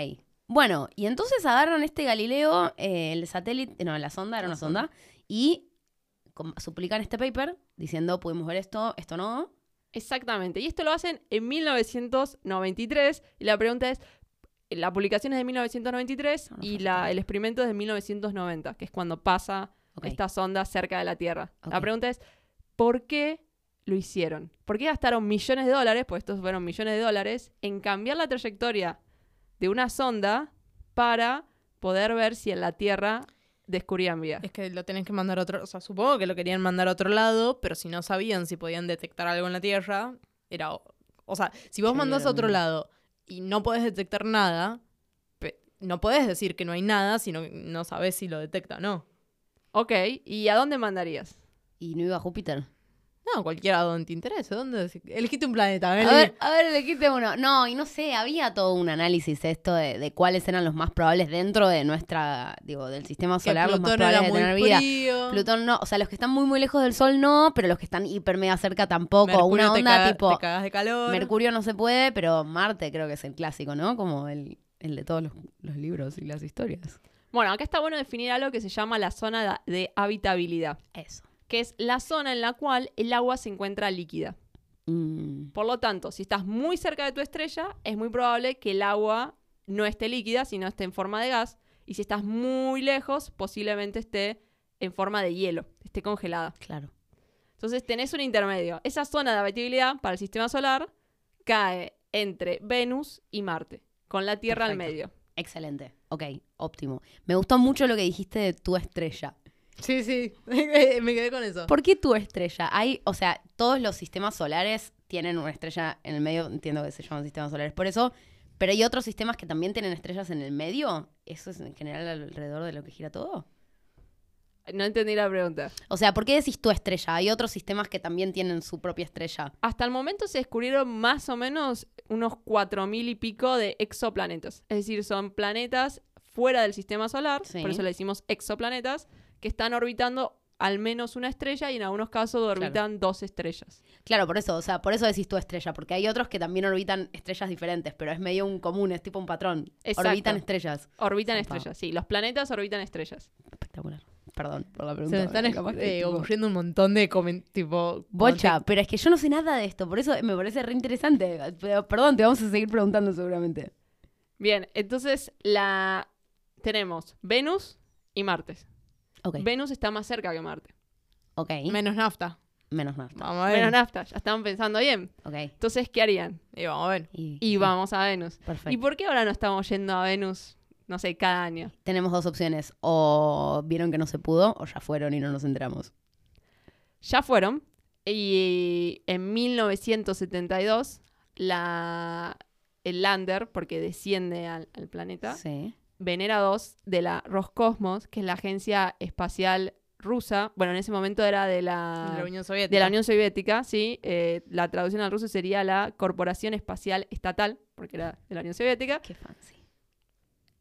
Speaker 2: Bueno, y entonces agarran este Galileo, eh, el satélite, no, la sonda, era
Speaker 3: La
Speaker 2: una sonda, y com- suplican este paper diciendo, pudimos ver esto, esto no.
Speaker 3: Exactamente. Y esto lo hacen en 1993. Y la pregunta es, la publicación es de 1993
Speaker 2: Ah, No, no
Speaker 3: y
Speaker 2: falta
Speaker 3: la-
Speaker 2: nada.
Speaker 3: el experimento es de 1990, que es cuando pasa
Speaker 2: Ok.
Speaker 3: esta sonda cerca de la Tierra. La
Speaker 2: Ok.
Speaker 3: pregunta es, ¿por qué lo hicieron? ¿Por qué gastaron millones de dólares, pues estos fueron millones de dólares, en cambiar la trayectoria de una sonda para poder ver si en la Tierra descubrían vida?
Speaker 1: Es que lo tenés que mandar a otro, o sea, supongo que lo querían mandar a otro lado, pero si no sabían si podían detectar algo en la Tierra, era, o, o sea, si vos
Speaker 2: Sí,
Speaker 1: mandás
Speaker 2: era
Speaker 1: a otro
Speaker 2: muy-
Speaker 1: lado y no podés detectar nada, pe- no podés decir que no hay nada, sino que no sabés si lo detecta o no.
Speaker 3: Ok, ¿y a dónde mandarías?
Speaker 2: Y no iba a Júpiter.
Speaker 1: No, cualquiera donde te interese, ¿dónde? dec- Elegiste un planeta,
Speaker 2: A
Speaker 1: Meli.
Speaker 2: ver, a ver, le quité uno. No, y no sé, había todo un análisis esto de, de cuáles eran los más probables dentro de nuestra, digo, del sistema
Speaker 1: que
Speaker 2: solar, los más
Speaker 1: Plutón
Speaker 2: probables
Speaker 1: era
Speaker 2: de
Speaker 1: muy
Speaker 2: tener vida.
Speaker 1: frío.
Speaker 2: Plutón no, o sea, los que están muy muy lejos del Sol no, pero los que están hiper mega cerca tampoco.
Speaker 1: Mercurio
Speaker 2: Una
Speaker 1: te
Speaker 2: onda
Speaker 1: caga-
Speaker 2: tipo
Speaker 1: te cagás de calor.
Speaker 2: Mercurio no se puede, pero Marte creo que es el clásico, ¿no? Como el, el de todos los, los libros y las historias.
Speaker 3: Bueno, acá está bueno definir algo que se llama la zona da- de habitabilidad,
Speaker 2: Eso.
Speaker 3: que es la zona en la cual el agua se encuentra líquida.
Speaker 2: Mm,
Speaker 3: Por lo tanto, si estás muy cerca de tu estrella, es muy probable que el agua no esté líquida, sino esté en forma de gas. Y si estás muy lejos, posiblemente esté en forma de hielo, esté congelada.
Speaker 2: claro.
Speaker 3: Entonces tenés un intermedio. Esa zona de habitabilidad para el sistema solar cae entre Venus y Marte, con la Tierra al
Speaker 2: Perfecto.
Speaker 3: medio.
Speaker 2: Excelente. Ok, óptimo. Me gustó mucho lo que dijiste de tu estrella.
Speaker 1: Sí, sí, me quedé con eso.
Speaker 2: ¿Por qué tu estrella? Hay, o sea, todos los sistemas solares tienen una estrella en el medio, entiendo que se llaman sistemas solares por eso, pero hay otros sistemas que también tienen estrellas en el medio. ¿Eso es en general alrededor de lo que gira todo?
Speaker 3: No entendí la pregunta.
Speaker 2: O sea, ¿por qué decís tu estrella? Hay otros sistemas que también tienen su propia estrella.
Speaker 3: Hasta el momento se descubrieron más o menos unos 4.000 y pico de exoplanetas. Es decir, son planetas fuera del sistema solar,
Speaker 2: Sí.
Speaker 3: por eso le decimos exoplanetas, que están orbitando al menos una estrella y en algunos casos orbitan dos estrellas.
Speaker 2: Claro, por eso, o sea, por eso decís tu estrella, porque hay otros que también orbitan estrellas diferentes, pero es medio un común, es tipo un patrón.
Speaker 3: Exacto.
Speaker 2: Orbitan estrellas.
Speaker 3: Orbitan
Speaker 2: Zarpado.
Speaker 3: estrellas, sí, los planetas orbitan estrellas.
Speaker 2: Espectacular. Perdón por la
Speaker 1: Se
Speaker 2: pregunta.
Speaker 1: me están
Speaker 2: Capaz
Speaker 1: eh,
Speaker 2: que, tipo,
Speaker 1: ocurriendo un montón de comen- tipo
Speaker 2: Bocha, pero es que yo no sé nada de esto, por eso me parece re interesante. Pero, Perdón, te vamos a seguir preguntando seguramente.
Speaker 3: Bien, entonces la tenemos Venus y Marte.
Speaker 2: Ok,
Speaker 3: Venus está más cerca que Marte.
Speaker 2: ok,
Speaker 1: menos nafta.
Speaker 2: ¿eh? menos nafta.
Speaker 1: Vamos a ver.
Speaker 3: Menos nafta, ya estaban pensando bien.
Speaker 2: Ok,
Speaker 3: Entonces, ¿qué harían?
Speaker 1: Y vamos a ver.
Speaker 2: y,
Speaker 3: Y vamos a Venus.
Speaker 2: Perfecto.
Speaker 3: ¿Y por qué ahora no estamos yendo a Venus, no sé, cada año?
Speaker 2: Tenemos dos opciones, o vieron que no se pudo, o ya fueron y no nos enteramos.
Speaker 3: Ya fueron. Y en 1972, la, el lander, porque desciende al, al planeta,
Speaker 2: Sí.
Speaker 3: Venera 2 de la Roscosmos, que es la agencia espacial rusa. Bueno, en ese momento era de la,
Speaker 2: Ah,
Speaker 1: de la Unión Soviética.
Speaker 3: de la Unión Soviética, sí. Eh, la traducción al ruso sería la Corporación Espacial Estatal, porque era de la Unión Soviética.
Speaker 2: Qué fancy.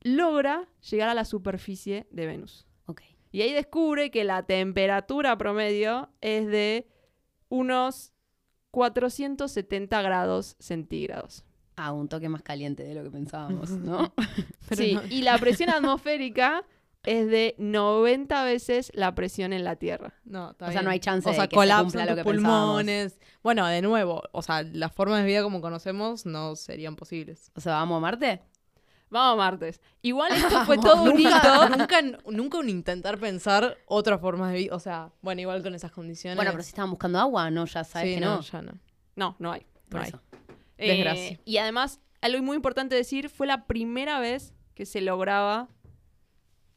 Speaker 3: Logra llegar a la superficie de Venus.
Speaker 2: Ok.
Speaker 3: Y ahí descubre que la temperatura promedio es de unos 470 grados centígrados.
Speaker 2: Ah, un toque más caliente de lo que pensábamos, ¿no?
Speaker 1: Pero
Speaker 3: sí,
Speaker 1: no-
Speaker 3: y la presión atmosférica es de 90 veces la presión en la Tierra.
Speaker 1: No, está
Speaker 2: O sea,
Speaker 1: bien.
Speaker 2: no hay chance
Speaker 1: O
Speaker 2: de
Speaker 1: sea,
Speaker 2: que se
Speaker 1: colapsan
Speaker 2: cumpla lo
Speaker 1: tus
Speaker 2: que
Speaker 1: pulmones. Bueno, de nuevo, o sea, las formas de vida como conocemos no serían posibles.
Speaker 2: O sea, ¿vamos a Marte?
Speaker 3: Vamos a martes. Igual esto fue todo un hito.
Speaker 1: nunca, nunca un intentar pensar otras formas de vida. O sea, bueno, igual con esas condiciones.
Speaker 2: Bueno, pero si estaban buscando agua, no, ya sabes
Speaker 1: sí,
Speaker 2: que
Speaker 1: no,
Speaker 2: no.
Speaker 1: ya no.
Speaker 3: No, no hay.
Speaker 2: Por
Speaker 1: no hay.
Speaker 2: eso.
Speaker 3: Eh,
Speaker 1: Desgracia.
Speaker 3: y además, algo muy importante decir, fue la primera vez que se lograba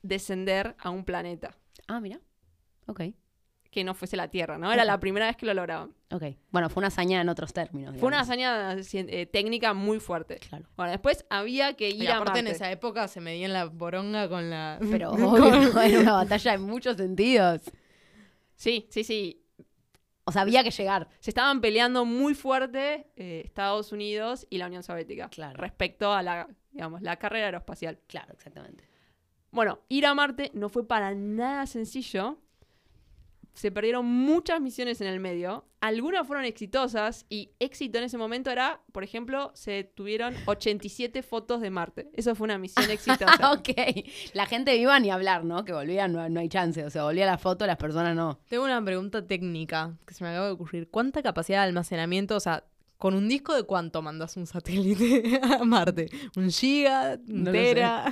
Speaker 3: descender a un planeta
Speaker 2: Ah, mira. Ok,
Speaker 3: que no fuese la Tierra, ¿no? Era
Speaker 2: Ujú.
Speaker 3: la primera vez que lo lograban.
Speaker 2: ok. Bueno, fue una hazaña en otros términos.
Speaker 3: Fue una
Speaker 2: digamos.
Speaker 3: hazaña cien- eh, técnica muy fuerte.
Speaker 2: Claro.
Speaker 3: Bueno, después había que ir
Speaker 1: Y
Speaker 3: a
Speaker 1: aparte
Speaker 3: Marte.
Speaker 1: en esa época se medían la boronga con la...
Speaker 2: Pero
Speaker 1: con-
Speaker 2: obvio, era una batalla en muchos sentidos.
Speaker 3: Sí, sí, sí.
Speaker 2: O sea, había que llegar.
Speaker 3: Se estaban peleando muy fuerte eh, Estados Unidos y la Unión Soviética
Speaker 2: Claro.
Speaker 3: respecto a la, digamos, la carrera aeroespacial.
Speaker 2: Claro, exactamente.
Speaker 3: Bueno, ir a Marte no fue para nada sencillo. se perdieron muchas misiones en el medio. Algunas fueron exitosas y éxito en ese momento era, por ejemplo, se tuvieron 87 fotos de Marte. Eso fue una misión
Speaker 2: Ah,
Speaker 3: exitosa.
Speaker 2: ok. La gente iba ni a hablar, ¿no? Que volvía, no, no hay chance. O sea, volvía la foto, las personas no.
Speaker 1: Tengo una pregunta técnica que se me acaba de ocurrir. ¿Cuánta capacidad de almacenamiento, o sea, con un disco de cuánto mandas un satélite a Marte? ¿Un giga? ¿Un
Speaker 2: No lo sé.
Speaker 1: tera?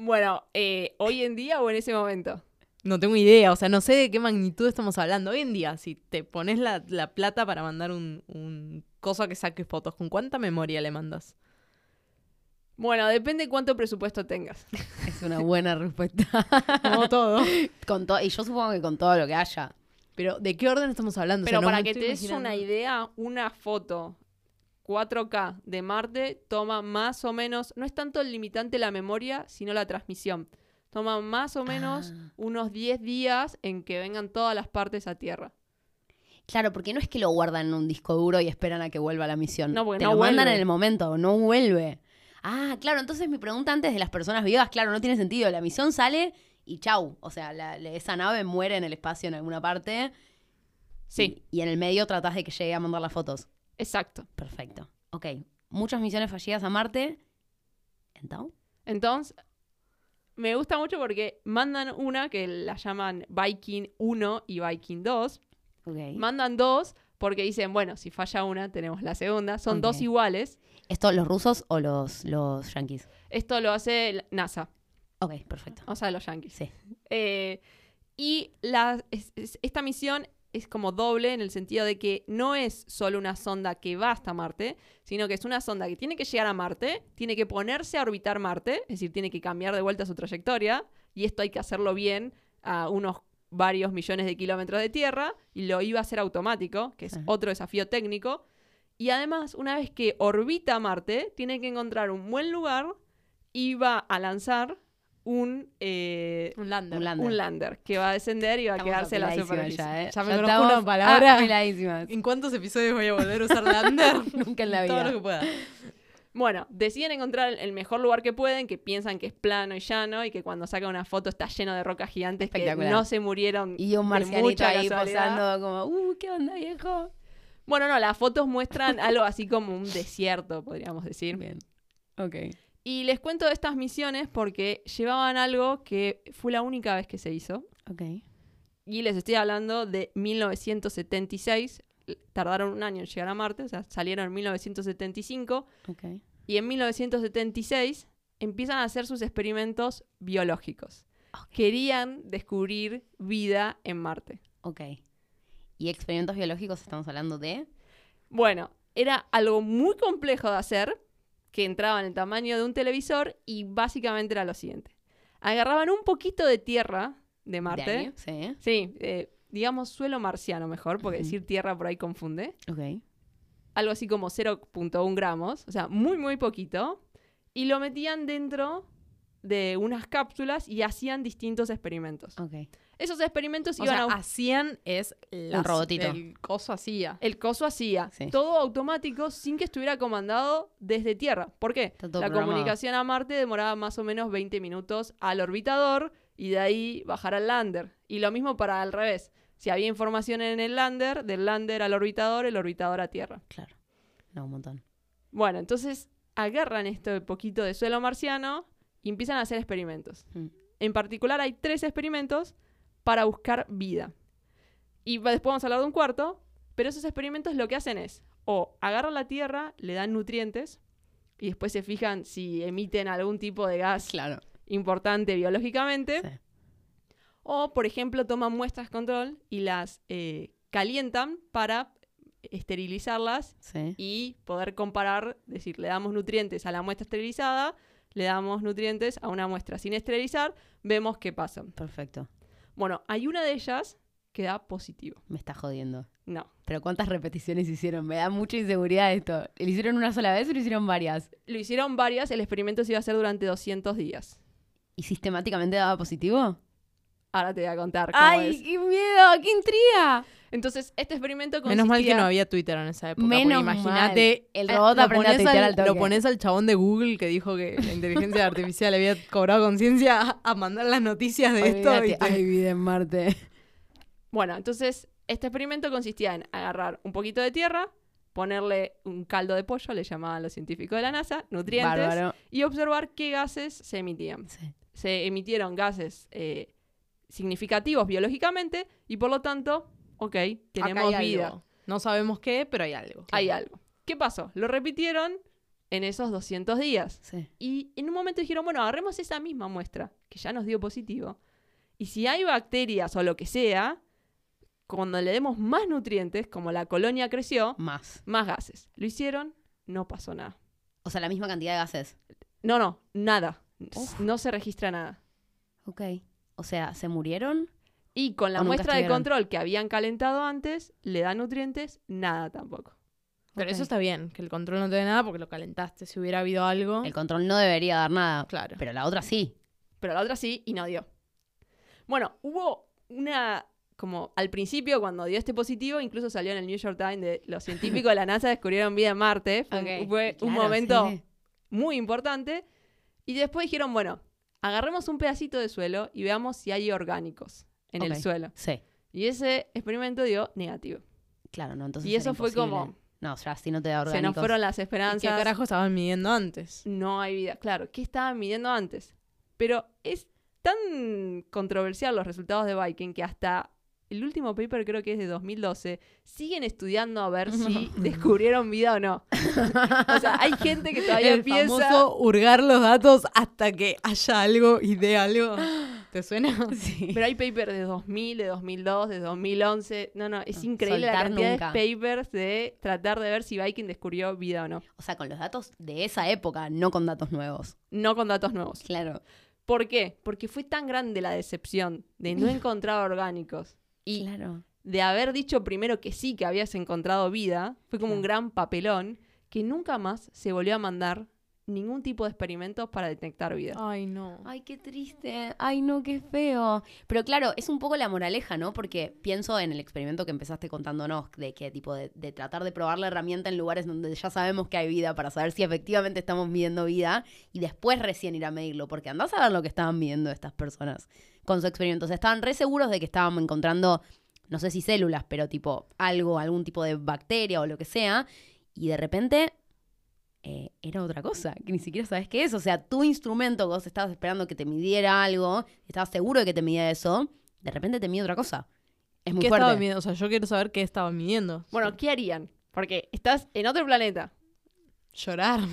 Speaker 3: bueno, eh, hoy en día o en ese momento.
Speaker 1: No tengo idea, o sea, no sé de qué magnitud estamos hablando. Hoy en día, si te pones la, la plata para mandar un, un cosa que saque fotos, ¿con cuánta memoria le mandas?
Speaker 3: Bueno, depende cuánto presupuesto tengas.
Speaker 2: Es una buena respuesta.
Speaker 1: Como todo.
Speaker 2: con to- y yo supongo que con todo lo que haya.
Speaker 1: Pero, ¿de qué orden estamos hablando? O sea,
Speaker 3: Pero
Speaker 1: no
Speaker 3: para
Speaker 1: me
Speaker 3: que
Speaker 1: estoy
Speaker 3: te des
Speaker 1: imaginando.
Speaker 3: una idea, una foto 4K de Marte toma más o menos, no es tanto el limitante la memoria, sino la transmisión. Toma más o menos
Speaker 2: Ah.
Speaker 3: unos 10 días en que vengan todas las partes a Tierra.
Speaker 2: Claro, porque no es que lo guardan en un disco duro y esperan a que vuelva la misión.
Speaker 3: No, porque
Speaker 2: Te
Speaker 3: no
Speaker 2: lo mandan
Speaker 3: vuelve.
Speaker 2: en el momento, no vuelve. Ah, claro, entonces mi pregunta antes de las personas vivas, claro, no tiene sentido. La misión sale y chau. O sea, la- la- esa nave muere en el espacio en alguna parte.
Speaker 3: Sí,
Speaker 2: Y, y en el medio tratás de que llegue a mandar las fotos.
Speaker 3: exacto.
Speaker 2: Perfecto. Ok. Muchas misiones fallidas a Marte. ¿Entonces?
Speaker 3: Entonces, me gusta mucho porque mandan una que la llaman Viking 1 y Viking 2.
Speaker 2: Ok.
Speaker 3: Mandan dos porque dicen, bueno, si falla una, tenemos la segunda. Son dos
Speaker 2: Ok.
Speaker 3: iguales.
Speaker 2: ¿Esto los rusos o los, los yanquis?
Speaker 3: Esto lo hace el- NASA,
Speaker 2: Ok, perfecto.
Speaker 3: o sea, los Yankees.
Speaker 2: Sí.
Speaker 3: Eh, y la- es- es- esta misión es como doble en el sentido de que no es solo una sonda que va hasta Marte, sino que es una sonda que tiene que llegar a Marte, tiene que ponerse a orbitar Marte, es decir, tiene que cambiar de vuelta su trayectoria, y esto hay que hacerlo bien a unos varios millones de kilómetros de Tierra, y lo iba a hacer automático, que es
Speaker 2: Sí.
Speaker 3: otro desafío técnico. Y además, una vez que orbita Marte, tiene que encontrar un buen lugar y va a lanzar un eh,
Speaker 1: Un lander.
Speaker 2: Un lander.
Speaker 3: un lander que va a descender y va a quedarse la
Speaker 2: apiladísimas
Speaker 3: superficie.
Speaker 2: ya, ¿eh?
Speaker 1: Ya me
Speaker 2: Ya
Speaker 1: conozco
Speaker 2: estamos
Speaker 1: una palabra.
Speaker 2: apiladísimas.
Speaker 1: ¿En cuántos episodios voy a volver a usar lander?
Speaker 2: Nunca en la
Speaker 1: Todo lo
Speaker 2: vida.
Speaker 1: que pueda.
Speaker 3: Bueno, deciden encontrar el mejor lugar que pueden, que piensan que es plano y llano y que cuando sacan una foto está lleno de rocas gigantes que
Speaker 2: Espectacular.
Speaker 3: no se murieron.
Speaker 2: Y un
Speaker 3: de
Speaker 2: marcianito
Speaker 3: mucha
Speaker 2: ahí
Speaker 3: casualidad.
Speaker 2: posando como, uh, ¿qué onda, viejo?
Speaker 3: Bueno, no, las fotos muestran algo así como un desierto, podríamos decir.
Speaker 2: Ok.
Speaker 3: Y les cuento de estas misiones porque llevaban algo que fue la única vez que se hizo.
Speaker 2: Ok.
Speaker 3: Y les estoy hablando de 1976. Tardaron un año en llegar a Marte, o sea, salieron en 1975.
Speaker 2: Ok.
Speaker 3: y en 1976 empiezan a hacer sus experimentos biológicos.
Speaker 2: Ok.
Speaker 3: Querían descubrir vida en Marte.
Speaker 2: Ok. Y experimentos biológicos estamos hablando de.
Speaker 3: Bueno, era algo muy complejo de hacer, que entraba en el tamaño de un televisor y básicamente era lo siguiente. Agarraban un poquito de tierra de Marte.
Speaker 2: de año, Sí.
Speaker 3: Sí, eh, digamos suelo marciano mejor, porque
Speaker 2: Ujú.
Speaker 3: decir tierra por ahí confunde.
Speaker 2: Ok.
Speaker 3: algo así como 0.1 gramos, o sea, muy, muy poquito, y lo metían dentro de unas cápsulas y hacían distintos experimentos.
Speaker 2: Ok.
Speaker 3: Esos experimentos
Speaker 1: O
Speaker 3: iban
Speaker 1: sea,
Speaker 3: a...
Speaker 1: hacían es la,
Speaker 2: Un robotito.
Speaker 1: El coso hacía.
Speaker 3: El coso hacía
Speaker 2: Sí.
Speaker 3: todo automático sin que estuviera comandado desde Tierra. ¿Por qué?
Speaker 2: Está
Speaker 3: La
Speaker 2: todo programado.
Speaker 3: comunicación a Marte demoraba más o menos 20 minutos al orbitador y de ahí bajar al lander. Y lo mismo para al revés. Si había información en el lander, del lander al orbitador, el orbitador a Tierra.
Speaker 2: Claro. No, un montón.
Speaker 3: Bueno, entonces agarran esto de poquito de suelo marciano y empiezan a hacer experimentos.
Speaker 2: Mm.
Speaker 3: En particular hay tres experimentos para buscar vida. Y va- después vamos a hablar de un cuarto, pero esos experimentos lo que hacen es o agarran la Tierra, le dan nutrientes y después se fijan si emiten algún tipo de gas
Speaker 2: Claro.
Speaker 3: importante biológicamente.
Speaker 2: Sí.
Speaker 3: O, por ejemplo, toman muestras control y las eh, calientan para esterilizarlas
Speaker 2: Sí.
Speaker 3: y poder comparar, es decir, le damos nutrientes a la muestra esterilizada, le damos nutrientes a una muestra sin esterilizar, vemos qué pasa.
Speaker 2: Perfecto.
Speaker 3: Bueno, hay una de ellas que da positivo.
Speaker 2: Me está jodiendo.
Speaker 3: No,
Speaker 2: Pero ¿cuántas repeticiones hicieron? Me da mucha inseguridad esto. ¿Lo hicieron una sola vez o lo hicieron varias?
Speaker 3: lo hicieron varias, el experimento se iba a hacer durante 200 días.
Speaker 2: ¿Y sistemáticamente daba positivo?
Speaker 3: Ahora te voy a contar cómo
Speaker 2: ¡Ay,
Speaker 3: es.
Speaker 2: qué miedo! ¡Qué intriga!
Speaker 3: Entonces, este experimento consistía...
Speaker 1: Menos mal que no había Twitter en esa época.
Speaker 2: Menos
Speaker 1: porque imagínate.
Speaker 2: mal. El
Speaker 1: eh,
Speaker 2: robot
Speaker 1: lo
Speaker 2: aprende a
Speaker 1: pones al-
Speaker 2: tuitear al toque.
Speaker 1: Lo pones al chabón de Google que dijo que la inteligencia artificial había cobrado conciencia a, a mandar las noticias de esto.
Speaker 2: Olvídate.
Speaker 1: y te-
Speaker 2: Hay vida en Marte.
Speaker 3: Bueno, entonces este experimento consistía en agarrar un poquito de tierra, ponerle un caldo de pollo, le llamaban los científicos de la NASA, nutrientes,
Speaker 2: Bárbaro.
Speaker 3: y observar qué gases se emitían.
Speaker 2: Sí.
Speaker 3: se emitieron gases eh, significativos biológicamente y por lo tanto, ok, tenemos
Speaker 1: Acá hay
Speaker 3: vida,
Speaker 1: algo. No sabemos qué, pero hay algo.
Speaker 3: hay algo. ¿Qué pasó? Lo repitieron en esos 200 días
Speaker 2: Sí.
Speaker 3: y en un momento dijeron, bueno, agarremos esa misma muestra que ya nos dio positivo y si hay bacterias o lo que sea, cuando le demos más nutrientes, como la colonia creció,
Speaker 2: Más.
Speaker 3: más gases. Lo hicieron, no pasó nada.
Speaker 2: O sea, la misma cantidad de gases.
Speaker 3: No, no, nada.
Speaker 2: Uf.
Speaker 3: No se registra nada.
Speaker 2: Ok. O sea, ¿se murieron?
Speaker 3: Y con la
Speaker 2: O nunca
Speaker 3: muestra de
Speaker 2: estuvieron.
Speaker 3: control que habían calentado antes, le da nutrientes, nada tampoco.
Speaker 1: Pero
Speaker 2: Ok.
Speaker 1: eso está bien, que el control no te dé nada porque lo calentaste. Si hubiera habido algo.
Speaker 2: El control no debería dar nada.
Speaker 1: Claro.
Speaker 2: Pero la otra sí.
Speaker 3: Pero la otra sí y no dio. Bueno, hubo una. Como al principio, cuando dio este positivo, incluso salió en el New York Times de los científicos de la NASA descubrieron vida en Marte. Fue, un-
Speaker 2: Ok.
Speaker 3: fue un
Speaker 2: Claro,
Speaker 3: momento
Speaker 2: sí, sí.
Speaker 3: muy importante. Y después dijeron, bueno, agarremos un pedacito de suelo y veamos si hay orgánicos en
Speaker 2: Ok.
Speaker 3: el suelo.
Speaker 2: Sí.
Speaker 3: Y ese experimento dio negativo.
Speaker 2: Claro, no, entonces.
Speaker 3: Y eso
Speaker 2: era
Speaker 3: fue
Speaker 2: imposible.
Speaker 3: como-
Speaker 2: No, ya si no te da
Speaker 3: Se nos
Speaker 2: orgánicos.
Speaker 3: fueron
Speaker 1: ¿Y
Speaker 3: las
Speaker 1: ¿Qué
Speaker 3: esperanzas.
Speaker 1: carajo estaban midiendo antes?
Speaker 3: no hay vida. Claro, ¿qué estaban midiendo antes? Pero es tan controversial los resultados de Viking que hasta el último paper creo que es de 2012, siguen estudiando a ver si descubrieron vida o no. o sea, hay gente que todavía
Speaker 1: el
Speaker 3: piensa...
Speaker 1: famoso hurgar los datos hasta que haya algo y dé algo. ¿Te suena? Sí.
Speaker 3: Pero hay papers de 2000, de 2002, de 2011. No, no, es increíble la
Speaker 2: soltar
Speaker 3: cantidad
Speaker 2: nunca.
Speaker 3: de papers de tratar de ver si Viking descubrió vida o no.
Speaker 2: O sea, con los datos de esa época, no con datos nuevos.
Speaker 3: No con datos nuevos.
Speaker 2: Claro.
Speaker 3: ¿Por qué? Porque fue tan grande la decepción de no encontrar orgánicos
Speaker 2: Y claro.
Speaker 3: de haber dicho primero que sí que habías encontrado vida, fue como un gran papelón que nunca más se volvió a mandar ningún tipo de experimentos para detectar
Speaker 2: Ah,
Speaker 3: vida.
Speaker 1: Ay, no.
Speaker 2: Ay, qué triste. Ay, no, qué feo. Pero claro, es un poco la moraleja, ¿no? Porque pienso en el experimento que empezaste contándonos, de que tipo de, de tratar de probar la herramienta en lugares donde ya sabemos que hay vida para saber si efectivamente estamos midiendo vida y después recién ir a medirlo, porque andás a ver lo que estaban midiendo estas personas con su experimento. O sea, estaban re seguros de que estaban encontrando, no sé si células, pero tipo algo, algún tipo de bacteria o lo que sea, y de repente eh, era otra cosa, que ni siquiera sabes qué es. O sea, tu instrumento que vos estabas esperando que te midiera algo, estabas seguro de que te midía eso, de repente te mide otra cosa. Es muy
Speaker 1: ¿Qué
Speaker 2: fuerte.
Speaker 1: estaba midiendo? O sea, yo quiero saber qué estaba midiendo.
Speaker 3: Bueno, ¿qué harían? Porque estás en otro planeta.
Speaker 1: Llorar.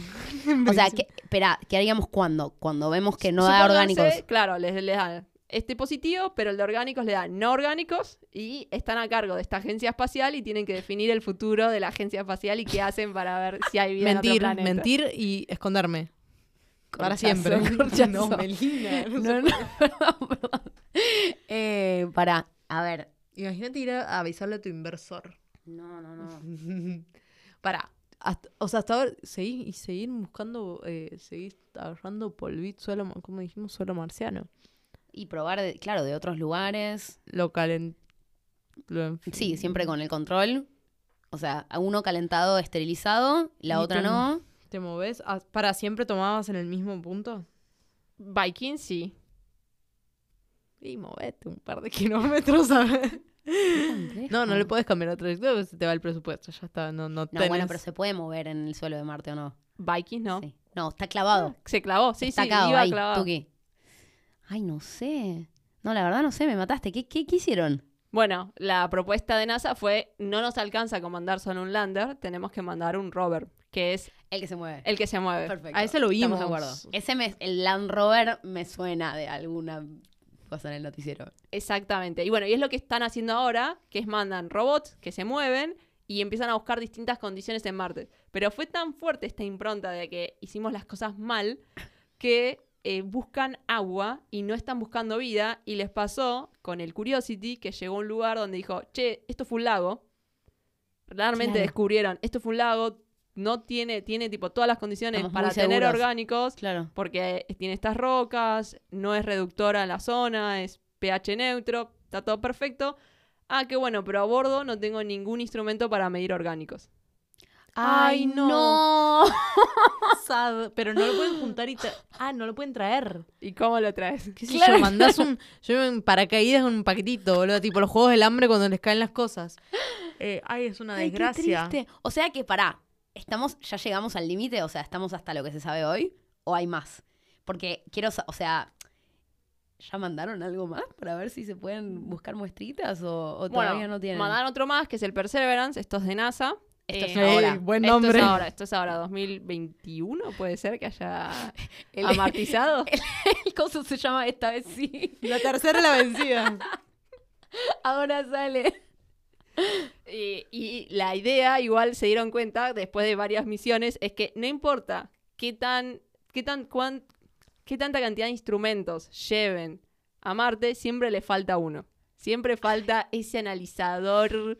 Speaker 2: O sea, que, espera, ¿qué haríamos cuando? Cuando vemos que no da
Speaker 3: Supónganse,
Speaker 2: orgánicos.
Speaker 3: Claro, les, les dan este positivo, pero el de orgánicos le dan no orgánicos y están a cargo de esta agencia espacial y tienen que definir el futuro de la agencia espacial y qué hacen para ver si hay vida
Speaker 1: mentir,
Speaker 3: en otro planeta.
Speaker 1: mentir y esconderme. Para
Speaker 2: Corchazo,
Speaker 1: siempre.
Speaker 2: corchazo.
Speaker 1: No, Melina. no
Speaker 2: No,
Speaker 1: se
Speaker 2: no, perdón, perdón. Eh, para, a ver.
Speaker 1: Imagínate ir a avisarle a tu inversor.
Speaker 2: No, no, no.
Speaker 1: Para. o sea, hasta ahora seguís y seguir buscando, eh, seguís agarrando polvito, suelo, ma- como dijimos, suelo marciano.
Speaker 2: Y probar, de- claro, de otros lugares.
Speaker 1: Lo calen... lo enf-
Speaker 2: Sí, siempre con el control. O sea, a uno calentado, esterilizado, la
Speaker 1: Y
Speaker 2: otra
Speaker 1: tú-
Speaker 2: no.
Speaker 1: ¿Te moves? Ah, ¿Para siempre tomabas en el mismo punto?
Speaker 3: Viking sí.
Speaker 1: Y movete un par de kilómetros, a ver. No, no le puedes cambiar la trayectoria porque se te va el presupuesto. Ya está, no, no,
Speaker 2: No,
Speaker 1: tenés...
Speaker 2: bueno, pero se puede mover en el suelo de Marte o no.
Speaker 3: Viking no.
Speaker 2: Sí. No, está clavado.
Speaker 3: Se clavó, sí,
Speaker 2: está
Speaker 3: sí,
Speaker 2: clavado
Speaker 3: iba
Speaker 2: ahí,
Speaker 3: clavado.
Speaker 2: tuqui. Ay, no sé. No, la verdad no sé, me mataste. ¿Qué, qué, qué hicieron?
Speaker 3: Bueno, la propuesta de NASA fue, no nos alcanza con mandar solo un lander, tenemos que mandar un rover, que es
Speaker 2: El que se mueve.
Speaker 3: el que se mueve.
Speaker 2: Perfecto.
Speaker 1: A ese lo vimos.
Speaker 2: Estamos de acuerdo. Ese me- el Land Rover me suena de alguna cosa en el noticiero.
Speaker 3: Exactamente. Y bueno, y es lo que están haciendo ahora, que es mandan robots que se mueven y empiezan a buscar distintas condiciones en Marte. Pero fue tan fuerte esta impronta de que hicimos las cosas mal que eh, buscan agua y no están buscando vida. Y les pasó con el Curiosity que llegó a un lugar donde dijo, che, esto fue un lago. Realmente
Speaker 2: Claro.
Speaker 3: descubrieron, esto fue un lago, no tiene, tiene tipo todas las condiciones
Speaker 2: Estamos
Speaker 3: para
Speaker 2: muy
Speaker 3: tener
Speaker 2: seguros.
Speaker 3: orgánicos
Speaker 2: Claro.
Speaker 3: porque tiene estas rocas, no es reductora en la zona, es pH neutro, está todo perfecto. Ah, qué bueno, pero a bordo no tengo ningún instrumento para medir orgánicos.
Speaker 1: Ay, no.
Speaker 2: no.
Speaker 1: Sad, pero no lo pueden juntar y... tra- Ah, no lo pueden traer.
Speaker 3: ¿Y cómo lo traes?
Speaker 1: ¿Qué sé
Speaker 2: Claro.
Speaker 1: yo? Mandás un... Yo en paracaídas con un paquetito, boludo. Tipo los juegos del hambre cuando les caen las cosas. Eh, ay, es una
Speaker 2: Ay, qué
Speaker 1: desgracia.
Speaker 2: triste. O sea que pará, estamos, ya llegamos al límite, o sea, estamos hasta lo que se sabe hoy, o hay más. Porque quiero, sa- o sea, ¿ya mandaron algo más para ver si se pueden buscar muestritas o, o todavía no tienen?
Speaker 3: mandaron otro más que es el Perseverance, estos de NASA. Eh,
Speaker 2: Esto es
Speaker 1: Ey,
Speaker 2: ahora.
Speaker 1: buen
Speaker 3: esto
Speaker 1: nombre.
Speaker 3: es ahora, esto es ahora, 2021 puede ser que haya
Speaker 2: El-
Speaker 3: amortizado.
Speaker 2: El coso se llama esta vez sí.
Speaker 1: La tercera es la vencida.
Speaker 2: Ahora sale.
Speaker 3: Y, y la idea, igual se dieron cuenta después de varias misiones, es que no importa qué tan, qué tan, cuán- qué tanta cantidad de instrumentos lleven a Marte, siempre le falta uno. Siempre falta ese analizador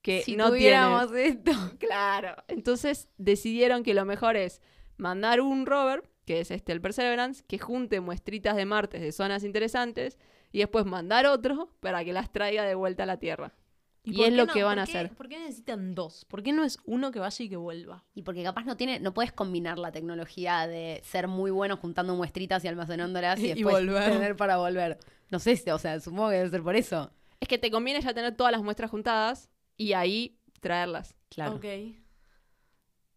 Speaker 3: que
Speaker 2: si
Speaker 3: no tiene.
Speaker 2: tuviéramos esto.
Speaker 3: Claro. Entonces decidieron que lo mejor es mandar un rover, que es este el Perseverance, que junte muestritas de Marte de zonas interesantes y después mandar otro para que las traiga de vuelta a la Tierra. Y
Speaker 1: por
Speaker 3: es
Speaker 1: qué
Speaker 3: lo que
Speaker 1: no-
Speaker 3: van
Speaker 1: por
Speaker 3: a
Speaker 1: qué-
Speaker 3: hacer.
Speaker 1: ¿Por qué necesitan dos? ¿Por qué no es uno que vaya y que vuelva?
Speaker 2: Y porque capaz no tiene, no puedes combinar la tecnología de ser muy bueno juntando muestritas y almacenándolas y,
Speaker 1: Y
Speaker 2: después
Speaker 1: volver.
Speaker 2: tener para volver. No sé, si- o sea, supongo que debe ser por eso.
Speaker 3: Es que te conviene ya tener todas las muestras juntadas y ahí traerlas.
Speaker 2: Claro.
Speaker 1: Ok.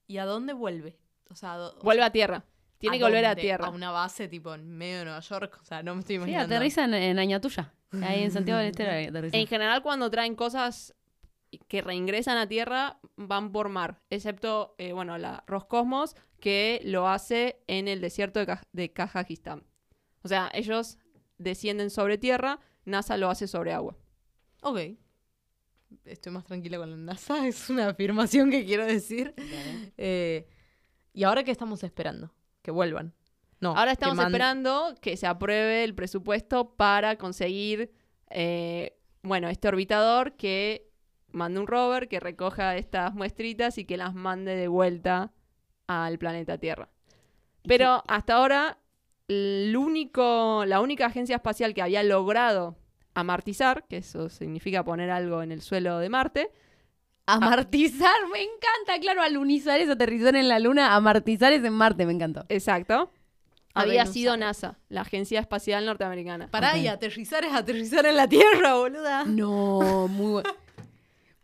Speaker 1: ¿Y a dónde vuelve? O sea, do- o
Speaker 3: Vuelve a tierra. Tiene que volver a
Speaker 1: dónde?
Speaker 3: tierra.
Speaker 1: A una base tipo en medio de Nueva York. O sea, no me estoy
Speaker 2: Sí,
Speaker 1: imaginando.
Speaker 2: aterriza en, en Aña Tuya. Ahí en Santiago del Estero aterriza.
Speaker 3: En general, cuando traen cosas que reingresan a tierra, van por mar. Excepto, eh, bueno, la Roscosmos, que lo hace en el desierto de, Kaj- de Kazajistán. O sea, ellos descienden sobre tierra, NASA lo hace sobre agua.
Speaker 1: Ok. Estoy más tranquila con la NASA. Es una afirmación que quiero decir. Eh, ¿Y ahora qué estamos esperando? Que vuelvan. No.
Speaker 3: Ahora
Speaker 1: que
Speaker 3: estamos
Speaker 1: mand-
Speaker 3: esperando que se apruebe el presupuesto para conseguir, eh, bueno, este orbitador que mande un rover, que recoja estas muestritas y que las mande de vuelta al planeta Tierra. Pero hasta ahora, el único, la única agencia espacial que había logrado amartizar, que eso significa poner algo en el suelo de Marte,
Speaker 2: Amartizar, me encanta, claro, alunizar es aterrizar en la luna, amartizar es en Marte, me encantó.
Speaker 3: exacto,
Speaker 1: A
Speaker 3: había
Speaker 1: ver, no
Speaker 3: sido
Speaker 1: sabe.
Speaker 3: NASA, la agencia espacial norteamericana.
Speaker 1: Pará,
Speaker 2: Ok.
Speaker 1: y aterrizar es aterrizar en la Tierra, boluda.
Speaker 2: No, muy bueno.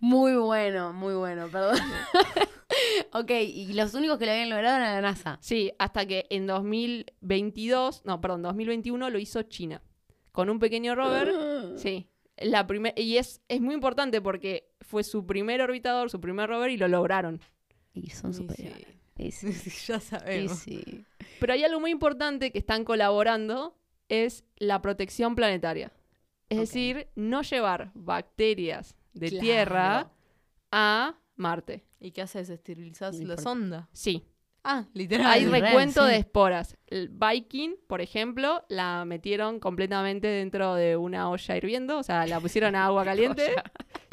Speaker 2: Muy bueno, muy bueno, perdón. ok, y los únicos que lo habían logrado eran la NASA.
Speaker 3: Sí, hasta que en 2022, no, perdón, 2021 lo hizo China. Con un pequeño rover. Sí. La primer, y es, es muy importante porque fue su primer orbitador, su primer rover y lo lograron.
Speaker 2: Y son
Speaker 1: Y sí.
Speaker 2: superiores. Y sí,
Speaker 1: ya
Speaker 2: y
Speaker 1: sabemos.
Speaker 2: sí.
Speaker 3: Pero hay algo muy importante que están colaborando, es la protección planetaria. Es
Speaker 2: Ok.
Speaker 3: decir, no llevar bacterias de
Speaker 2: Claro.
Speaker 3: Tierra a Marte.
Speaker 1: ¿Y qué haces? ¿Esterilizás
Speaker 2: Y
Speaker 1: la
Speaker 2: por-
Speaker 1: sonda?
Speaker 3: Sí.
Speaker 1: Ah, literal.
Speaker 3: Hay
Speaker 2: re-
Speaker 3: recuento
Speaker 2: sí.
Speaker 3: de esporas. El Viking, por ejemplo, la metieron completamente dentro de una olla hirviendo, o sea, la pusieron a agua caliente,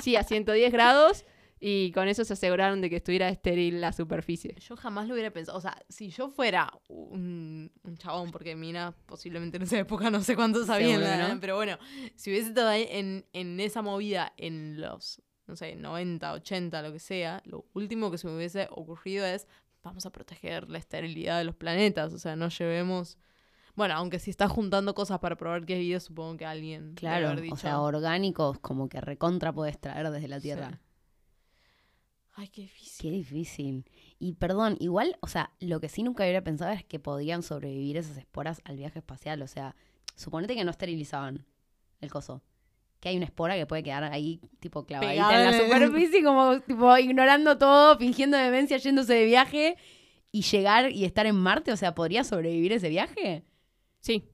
Speaker 3: sí, a 110 grados, y con eso se aseguraron de que estuviera estéril la superficie.
Speaker 1: Yo jamás lo hubiera pensado. O sea, si yo fuera un, un chabón, porque Mina posiblemente en esa época no sé cuánto sabía,
Speaker 2: Seguro que
Speaker 1: la-
Speaker 2: no.
Speaker 1: pero bueno, si hubiese estado ahí en, en esa movida en los, no sé, 90, 80, lo que sea, lo último que se me hubiese ocurrido es, vamos a proteger la esterilidad de los planetas, o sea, no llevemos... Bueno, aunque si estás juntando cosas para probar que es vida, supongo que alguien... debe
Speaker 2: Claro,
Speaker 1: haber
Speaker 2: o
Speaker 1: dicho,
Speaker 2: sea, orgánicos como que recontra puedes traer desde la
Speaker 1: sí.
Speaker 2: Tierra.
Speaker 1: Ay, qué difícil.
Speaker 2: Qué difícil. Y perdón, igual, o sea, lo que sí nunca hubiera pensado es que podían sobrevivir esas esporas al viaje espacial. O sea, suponete que no esterilizaban el coso. Que hay una espora que puede quedar ahí, tipo clavadita
Speaker 1: Pegada
Speaker 2: en la
Speaker 1: en el-
Speaker 2: superficie, como tipo ignorando todo, fingiendo demencia, yéndose de viaje y llegar y estar en Marte. O sea, ¿podría sobrevivir ese viaje?
Speaker 3: Sí,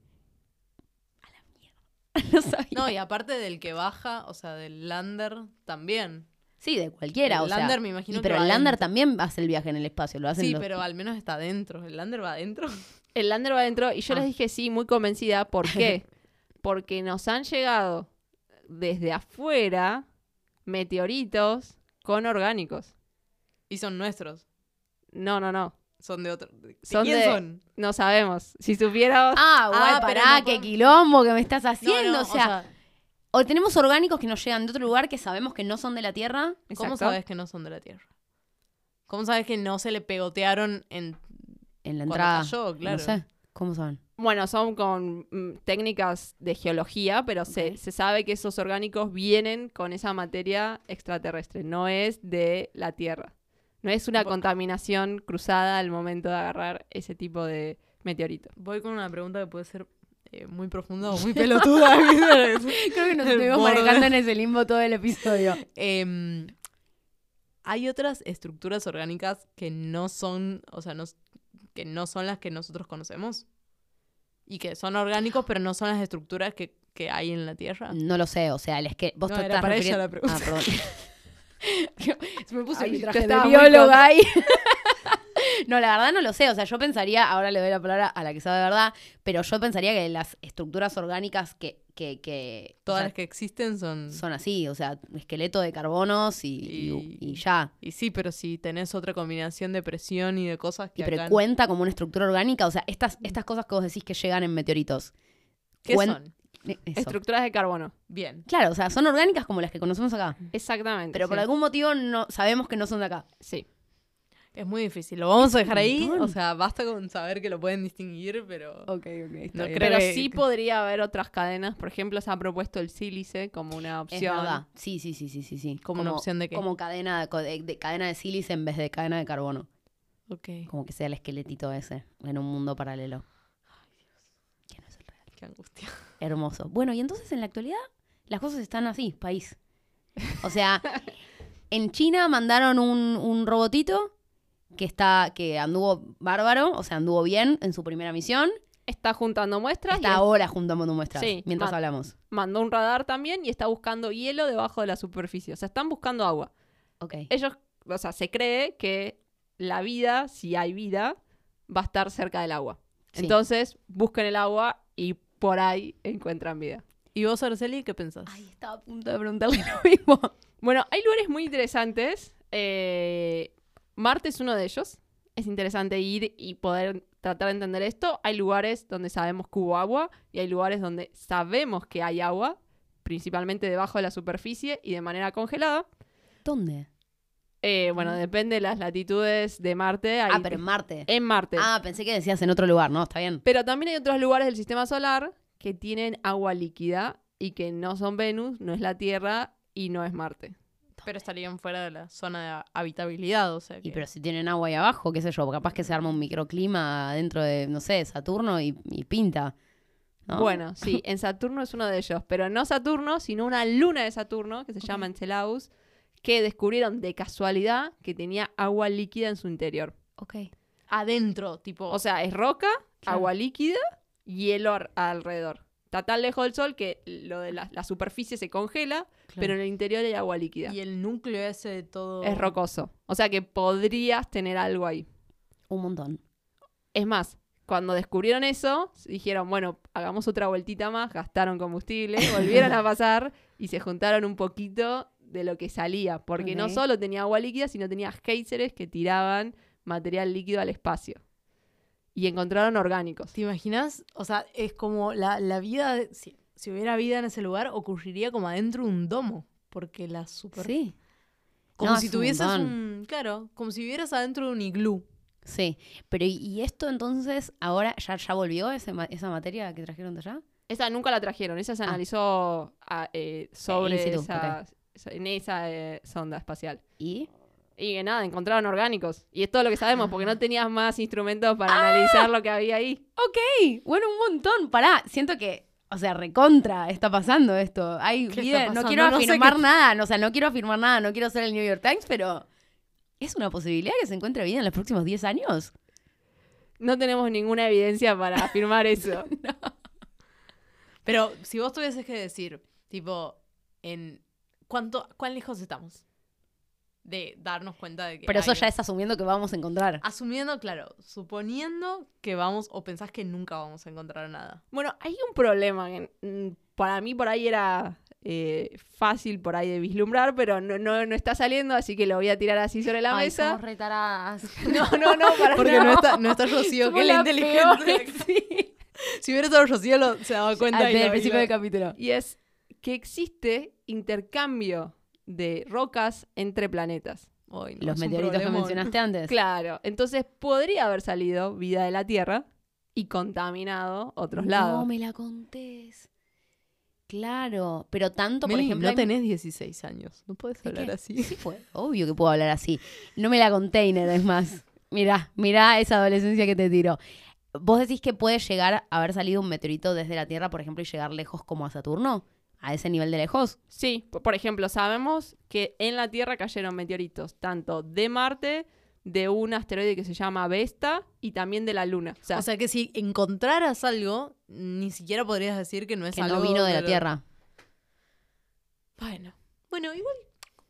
Speaker 2: No sabía.
Speaker 1: No, y aparte del que baja, o sea, del lander también.
Speaker 2: Sí, de cualquiera.
Speaker 1: el
Speaker 2: o sea,
Speaker 1: lander me imagino que
Speaker 2: y pero
Speaker 1: va
Speaker 2: el lander
Speaker 1: adentro.
Speaker 2: también hace el viaje en el espacio, lo hacen
Speaker 1: Sí,
Speaker 2: los-
Speaker 1: pero al menos está adentro. El lander va adentro.
Speaker 3: el lander va adentro, y yo
Speaker 1: Ah.
Speaker 3: les dije sí, muy convencida. ¿Por qué? Porque nos han llegado desde afuera meteoritos con orgánicos.
Speaker 1: Y son nuestros.
Speaker 3: No, no, no.
Speaker 1: Son de otro. ¿De
Speaker 3: Son
Speaker 1: quién
Speaker 3: de-
Speaker 1: son?
Speaker 3: No sabemos. Si supiéramos,
Speaker 2: Ah,
Speaker 1: Ah,
Speaker 2: guay,
Speaker 1: pero
Speaker 2: pará,
Speaker 1: no
Speaker 2: qué
Speaker 1: puedo-
Speaker 2: quilombo que me estás haciendo.
Speaker 1: No, no,
Speaker 2: o, sea, o tenemos orgánicos que nos llegan de otro lugar que sabemos que no son de la Tierra.
Speaker 1: Ah, ¿cómo
Speaker 3: Exacto.
Speaker 1: sabes que no son de la Tierra? ¿Cómo sabes que no se le pegotearon en
Speaker 2: En la
Speaker 1: Cuando
Speaker 2: entrada.
Speaker 1: cayó, claro.
Speaker 2: No sé. ¿Cómo saben?
Speaker 3: Bueno, son con mm, técnicas de geología, pero se, se sabe que esos orgánicos vienen con esa materia extraterrestre, no es de la Tierra. No es una
Speaker 1: Bu-
Speaker 3: contaminación cruzada al momento de agarrar ese tipo de meteorito.
Speaker 1: Voy con una pregunta que puede ser eh, muy profunda o muy pelotuda.
Speaker 2: Creo que nos
Speaker 1: El
Speaker 2: estuvimos
Speaker 1: borde.
Speaker 2: manejando en ese limbo todo el episodio.
Speaker 1: Em, hay otras estructuras orgánicas que no son, o sea, no, s- que no son las que nosotros conocemos. Y que son orgánicos, pero no son las estructuras que, que hay en la Tierra.
Speaker 2: No lo sé, o sea, es que vos
Speaker 1: No,
Speaker 2: te
Speaker 1: era
Speaker 2: estás
Speaker 1: para ella
Speaker 2: refiriendo-
Speaker 1: la pregunta.
Speaker 2: Ah, perdón. Se me puso
Speaker 3: Ay,
Speaker 2: mi
Speaker 3: yo
Speaker 2: traje de
Speaker 3: estaba muy
Speaker 2: bióloga ahí. no, la verdad no lo sé, o sea, yo pensaría, ahora le doy la palabra a la que sabe de verdad, pero yo pensaría que las estructuras orgánicas que... que, que o
Speaker 1: Todas
Speaker 2: sea,
Speaker 1: las que existen son...
Speaker 2: son así, o sea, esqueleto de carbonos y, y-
Speaker 1: Y-
Speaker 2: y ya.
Speaker 1: Y sí, pero si tenés otra combinación de presión y de cosas que
Speaker 2: Y pero
Speaker 1: acá-
Speaker 2: cuenta como una estructura orgánica, o sea, estas, estas cosas que vos decís que llegan en meteoritos.
Speaker 1: ¿Qué
Speaker 2: cuen-
Speaker 1: son?
Speaker 2: Eh, eso.
Speaker 3: Estructuras de carbono.
Speaker 1: Bien.
Speaker 2: Claro, o sea, son orgánicas como las que conocemos acá.
Speaker 3: Exactamente.
Speaker 2: Pero por
Speaker 3: sí.
Speaker 2: algún motivo no sabemos que no son de acá.
Speaker 3: Sí.
Speaker 1: Es muy difícil. Lo vamos a dejar ahí.
Speaker 2: montón.
Speaker 1: O sea, basta con saber que lo pueden distinguir, pero...
Speaker 2: Ok, ok.
Speaker 1: está bien.
Speaker 3: Pero
Speaker 1: Creo que-
Speaker 3: sí podría haber otras cadenas. Por ejemplo, se ha propuesto el sílice como una
Speaker 2: Es
Speaker 3: opción.
Speaker 2: verdad. Sí, sí, sí, sí, sí, sí.
Speaker 1: ¿Como una opción de qué?
Speaker 2: Como cadena de, co- de- de- cadena de sílice en vez de cadena de carbono.
Speaker 1: Ok.
Speaker 2: Como que sea el esqueletito ese en un mundo paralelo. Que no es el real.
Speaker 1: Qué angustia.
Speaker 2: Hermoso. Bueno, y entonces en la actualidad las cosas están así, país. O sea, en China mandaron un, un robotito que está que anduvo bárbaro, o sea, anduvo bien en su primera misión.
Speaker 3: Está juntando muestras y
Speaker 2: Está ahora junto a Mundo Muestras,
Speaker 3: Sí,
Speaker 2: mientras
Speaker 3: ma-
Speaker 2: hablamos.
Speaker 3: mandó un radar también y está buscando hielo debajo de la superficie. O sea, están buscando agua.
Speaker 2: Ok.
Speaker 3: ellos, o sea, se cree que la vida, si hay vida, va a estar cerca del agua.
Speaker 2: Sí.
Speaker 3: Entonces, busquen el agua y por ahí encuentran vida.
Speaker 1: ¿Y vos, Araceli, qué pensás?
Speaker 2: Ay, estaba a punto de preguntarle lo mismo.
Speaker 3: Bueno, hay lugares muy interesantes. Eh, Marte es uno de ellos. Es interesante ir y poder tratar de entender esto. Hay lugares donde sabemos que hubo agua y hay lugares donde sabemos que hay agua, principalmente debajo de la superficie y de manera congelada.
Speaker 2: ¿Dónde?
Speaker 3: Eh, bueno, depende de las latitudes de Marte.
Speaker 2: Mm. Ah,
Speaker 3: hay-
Speaker 2: pero en Marte.
Speaker 3: en Marte.
Speaker 2: Ah, pensé que decías en otro lugar, ¿no? Está bien.
Speaker 3: Pero también hay otros lugares del sistema solar que tienen agua líquida y que no son Venus, no es la Tierra y no es Marte.
Speaker 1: Pero estarían fuera de la zona de habitabilidad, o sea que...
Speaker 2: Y pero si tienen agua ahí abajo, qué sé yo, capaz que se arma un microclima dentro de, no sé, Saturno y, y pinta. ¿no?
Speaker 3: Bueno, sí, en Saturno es uno de ellos, pero no Saturno, sino una luna de Saturno que se llama Enceladus, que descubrieron de casualidad que tenía agua líquida en su interior.
Speaker 2: Ok.
Speaker 1: Adentro, tipo...
Speaker 3: O sea, es roca,
Speaker 2: Claro.
Speaker 3: agua líquida, hielo ar- alrededor. Está tan lejos del Sol que lo de la, la superficie se congela, pero en el interior hay agua líquida.
Speaker 1: y el núcleo ese de todo...
Speaker 3: Es rocoso. O sea que podrías tener algo ahí.
Speaker 2: Un montón.
Speaker 3: Es más, cuando descubrieron eso, dijeron, bueno, hagamos otra vueltita más, gastaron combustible, volvieron a pasar y se juntaron un poquito de lo que salía, porque no
Speaker 2: Ok.
Speaker 3: solo tenía agua líquida, sino tenía géiseres que tiraban material líquido al espacio. Y encontraron orgánicos.
Speaker 1: ¿Te imaginas? O sea, es como la, la vida... de- Si, si hubiera vida en ese lugar, ocurriría como adentro de un domo. Porque la super...
Speaker 2: Sí.
Speaker 1: Como
Speaker 2: No,
Speaker 1: si
Speaker 2: es un
Speaker 1: tuvieses
Speaker 2: montón.
Speaker 1: un... Claro, como si vivieras adentro de un iglú.
Speaker 2: Sí. Pero ¿y- ¿y esto entonces ahora ya, ya volvió ese ma- esa materia que trajeron de allá?
Speaker 3: Esa nunca la trajeron, esa se
Speaker 2: Ah.
Speaker 3: analizó ah, eh, sobre
Speaker 2: situ,
Speaker 3: esa- esa- en esa eh, sonda espacial.
Speaker 2: ¿Y?
Speaker 3: Y que nada, encontraron orgánicos. Y es todo lo que sabemos, porque
Speaker 2: Ah.
Speaker 3: no tenías más instrumentos para analizar lo que había ahí.
Speaker 2: Ok, bueno, un montón. Pará, siento que, o sea, recontra está pasando esto. Hay
Speaker 1: ¿Qué
Speaker 2: vida-
Speaker 1: está
Speaker 2: no
Speaker 1: pasando?
Speaker 2: quiero
Speaker 1: No sé
Speaker 2: afirmar
Speaker 1: qué-
Speaker 2: nada, no, o sea, no quiero afirmar nada, no quiero ser el New York Times, pero es una posibilidad que se encuentre vida en los próximos 10 años.
Speaker 3: No tenemos ninguna evidencia para afirmar eso.
Speaker 1: Pero si vos tuvieses que decir, tipo, en... ¿Cuánto... ¿Cuán lejos estamos? De darnos cuenta de que...
Speaker 2: Pero eso
Speaker 1: hay-
Speaker 2: ya es asumiendo que vamos a encontrar.
Speaker 1: Asumiendo, claro, suponiendo que vamos o pensás que nunca vamos a encontrar nada.
Speaker 3: Bueno, hay un problema que mm, para mí por ahí era eh, fácil por ahí de vislumbrar, pero no, no, no está saliendo, así que lo voy a tirar así sobre la
Speaker 2: Ay,
Speaker 3: mesa.
Speaker 2: somos retaradas.
Speaker 3: No, no, no, para
Speaker 1: Porque no,
Speaker 3: nada.
Speaker 1: está, no está Rocío,
Speaker 2: Somos
Speaker 1: que es la
Speaker 2: las
Speaker 1: inteligente.
Speaker 2: peores, sí.
Speaker 1: Si hubiera estado Rocío, lo- se daba cuenta. y
Speaker 2: Antes
Speaker 1: lo-
Speaker 2: del
Speaker 1: y
Speaker 2: principio
Speaker 1: lo-
Speaker 2: del capítulo.
Speaker 3: Y es que existe intercambio de rocas entre planetas.
Speaker 1: Hoy no,
Speaker 2: Los
Speaker 1: es un
Speaker 2: meteoritos que
Speaker 1: problemón.
Speaker 2: mencionaste antes.
Speaker 3: Claro, entonces podría haber salido vida de la Tierra y contaminado otros
Speaker 2: No
Speaker 3: lados.
Speaker 2: me la contés. Claro, pero tanto, por
Speaker 1: Meli,
Speaker 2: ejemplo.
Speaker 1: no
Speaker 2: hay-
Speaker 1: tenés 16 años. No puedes
Speaker 2: ¿De
Speaker 1: hablar
Speaker 2: qué?
Speaker 1: así.
Speaker 2: Sí, fue. Obvio que puedo hablar así. No me la container, es más. Mirá, mirá esa adolescencia que te tiro. ¿Vos decís que puede llegar a haber salido un meteorito desde la Tierra, por ejemplo, y llegar lejos como a Saturno? A ese nivel de lejos.
Speaker 3: Sí, p- por ejemplo, sabemos que en la Tierra cayeron meteoritos, tanto de Marte, de un asteroide que se llama Vesta y también de la Luna. O sea,
Speaker 1: O sea que si encontraras algo, ni siquiera podrías decir que no es
Speaker 2: Que
Speaker 1: algo
Speaker 2: no vino de la
Speaker 1: lo-
Speaker 2: Tierra.
Speaker 1: Bueno, bueno, igual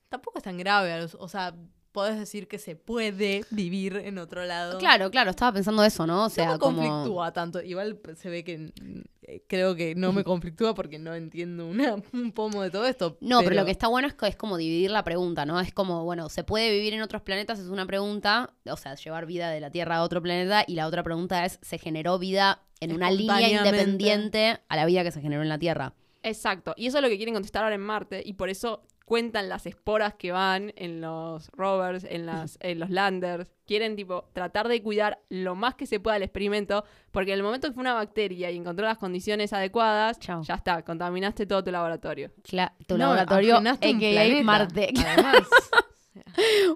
Speaker 1: tampoco es tan grave. O sea, podés decir que se puede vivir en otro lado.
Speaker 2: Claro, claro, estaba pensando eso, ¿no? O
Speaker 1: No
Speaker 2: sea,
Speaker 1: me
Speaker 2: como.
Speaker 1: conflictúa tanto. Igual se ve que mm, eh, creo que no me conflictúa porque no entiendo una- un pomo de todo esto.
Speaker 2: No, pero... lo que está bueno es que es como dividir la pregunta, ¿no? Es como, bueno, ¿se puede vivir en otros planetas? Es una pregunta, o sea, llevar vida de la Tierra a otro planeta. Y la otra pregunta es, ¿se generó vida en una línea
Speaker 1: Espontáneamente.
Speaker 2: independiente a la vida que se generó en la Tierra?
Speaker 3: exacto. Y eso es lo que quieren contestar ahora en Marte y por eso cuentan las esporas que van en los rovers, en, las, en los landers. Quieren, tipo, tratar de cuidar lo más que se pueda el experimento porque en el momento que fue una bacteria y encontró las condiciones adecuadas,
Speaker 2: Chao.
Speaker 3: ya está, contaminaste todo tu laboratorio.
Speaker 2: Cla- tu
Speaker 1: No,
Speaker 2: laboratorio,
Speaker 1: ajenaste un
Speaker 2: a.k.a.
Speaker 1: planeta,
Speaker 2: Marte.
Speaker 1: Además,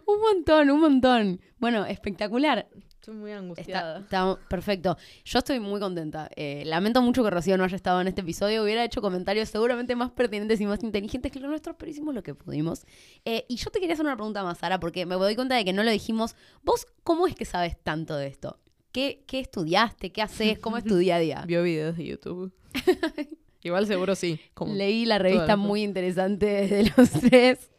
Speaker 2: un montón, un montón. Bueno, espectacular.
Speaker 1: estoy muy
Speaker 2: Está,
Speaker 1: angustiada.
Speaker 2: está perfecto. Yo estoy muy contenta. Eh, lamento mucho que Rocío no haya estado en este episodio. Hubiera hecho comentarios seguramente más pertinentes y más inteligentes que los nuestros, pero hicimos lo que pudimos. Eh, y yo te quería hacer una pregunta más, Sara, porque me doy cuenta de que no lo dijimos. ¿Vos cómo es que sabes tanto de esto? ¿Qué, qué estudiaste? ¿Qué haces? ¿Cómo es tu día a día?
Speaker 1: Vio videos de YouTube. Igual seguro sí. como-
Speaker 2: Leí la revista
Speaker 1: Todas.
Speaker 2: muy interesante de los tres.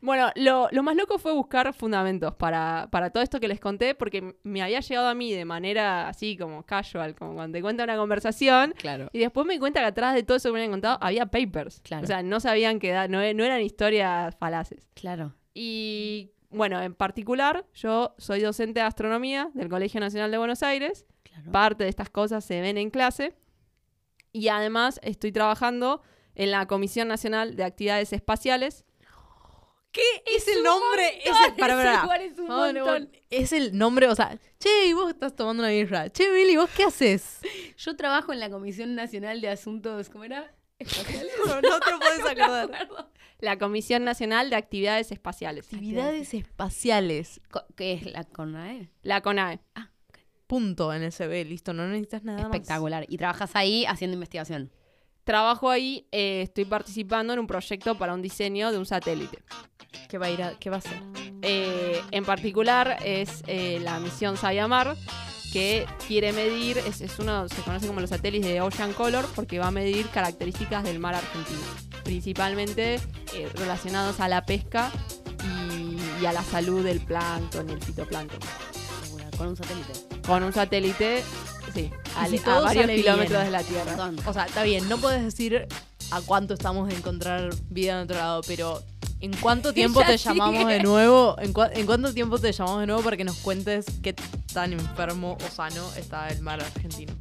Speaker 3: Bueno, lo, lo más loco fue buscar fundamentos para, para todo esto que les conté, porque m- me había llegado a mí de manera así como casual, como cuando te cuenta una conversación,
Speaker 1: Claro.
Speaker 3: y después me di cuenta que atrás de todo eso que me habían contado había papers.
Speaker 2: Claro.
Speaker 3: O sea, no sabían que da- no, e- no eran historias falaces.
Speaker 2: Claro.
Speaker 3: Y bueno, en particular, yo soy docente de astronomía del Colegio Nacional de Buenos Aires,
Speaker 2: claro.
Speaker 3: parte de estas cosas se ven en clase, y además estoy trabajando en la Comisión Nacional de Actividades Espaciales,
Speaker 1: ¿Qué es, el nombre? Es el, para, para.
Speaker 2: Igual es un
Speaker 1: Vamos de
Speaker 2: montón.
Speaker 1: vuelta. Es el nombre, o sea, che, y vos estás tomando una birra. Che, Billy, ¿vos qué haces?
Speaker 2: Yo trabajo en la Comisión Nacional de Asuntos, ¿cómo era? Espaciales.
Speaker 1: No, no te lo puedes acordar.
Speaker 3: La Comisión Nacional de Actividades Espaciales.
Speaker 1: Actividades espaciales.
Speaker 2: Co- ¿Qué es la E. CONAE?
Speaker 3: La CONAE.
Speaker 1: Punto en el CV, listo, no necesitas nada más.
Speaker 2: Espectacular. Y trabajas ahí haciendo investigación.
Speaker 3: Trabajo ahí, eh, estoy participando en un proyecto para un diseño de un satélite.
Speaker 1: ¿Qué va a ir a, qué va a hacer?
Speaker 3: Eh, en particular es eh, la misión Sayamar, que quiere medir, es, es uno, se conoce como los satélites de Ocean Color, porque va a medir características del mar argentino, principalmente eh, relacionados a la pesca y, y a la salud del plancton y el fitoplancton.
Speaker 2: Espectacular. Con un satélite.
Speaker 3: Con un satélite, sí, a,
Speaker 1: si
Speaker 3: a
Speaker 1: todo
Speaker 3: varios
Speaker 1: sale
Speaker 3: kilómetros
Speaker 1: bien.
Speaker 3: de la Tierra.
Speaker 2: Montón.
Speaker 1: O sea, está bien, no puedes decir a cuánto estamos de encontrar vida en otro lado, pero ¿en cuánto tiempo
Speaker 2: Ya
Speaker 1: te llamamos
Speaker 2: sigue.
Speaker 1: de nuevo? ¿En, cua- en cuánto tiempo te llamamos de nuevo para que nos cuentes qué tan enfermo o sano está el mar argentino?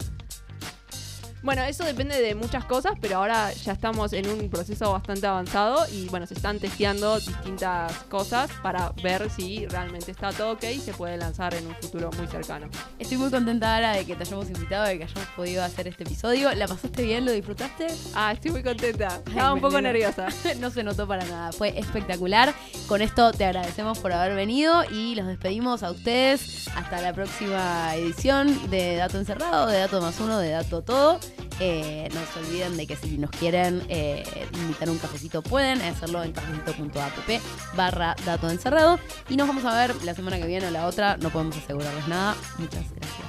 Speaker 3: Bueno, eso depende de muchas cosas, pero ahora ya estamos en un proceso bastante avanzado y bueno, se están testeando distintas cosas para ver si realmente está todo ok y se puede lanzar en un futuro muy cercano.
Speaker 2: Estoy muy contenta ahora de que te hayamos invitado, de que hayamos podido hacer este episodio. ¿La pasaste bien? ¿Lo disfrutaste?
Speaker 3: Ah, estoy muy contenta. Estaba un
Speaker 2: me
Speaker 3: poco
Speaker 2: alegro.
Speaker 3: nerviosa.
Speaker 2: no se notó para nada. Fue espectacular. Con esto te agradecemos por haber venido y los despedimos a ustedes. Hasta la próxima edición de Dato Encerrado, de Dato Más Uno, de Dato Todo. Eh, no se olviden de que si nos quieren eh, invitar un cafecito pueden hacerlo en cafecito.app barra Dato Encerrado. Y nos vamos a ver la semana que viene o la otra. No podemos asegurarles nada. Muchas gracias.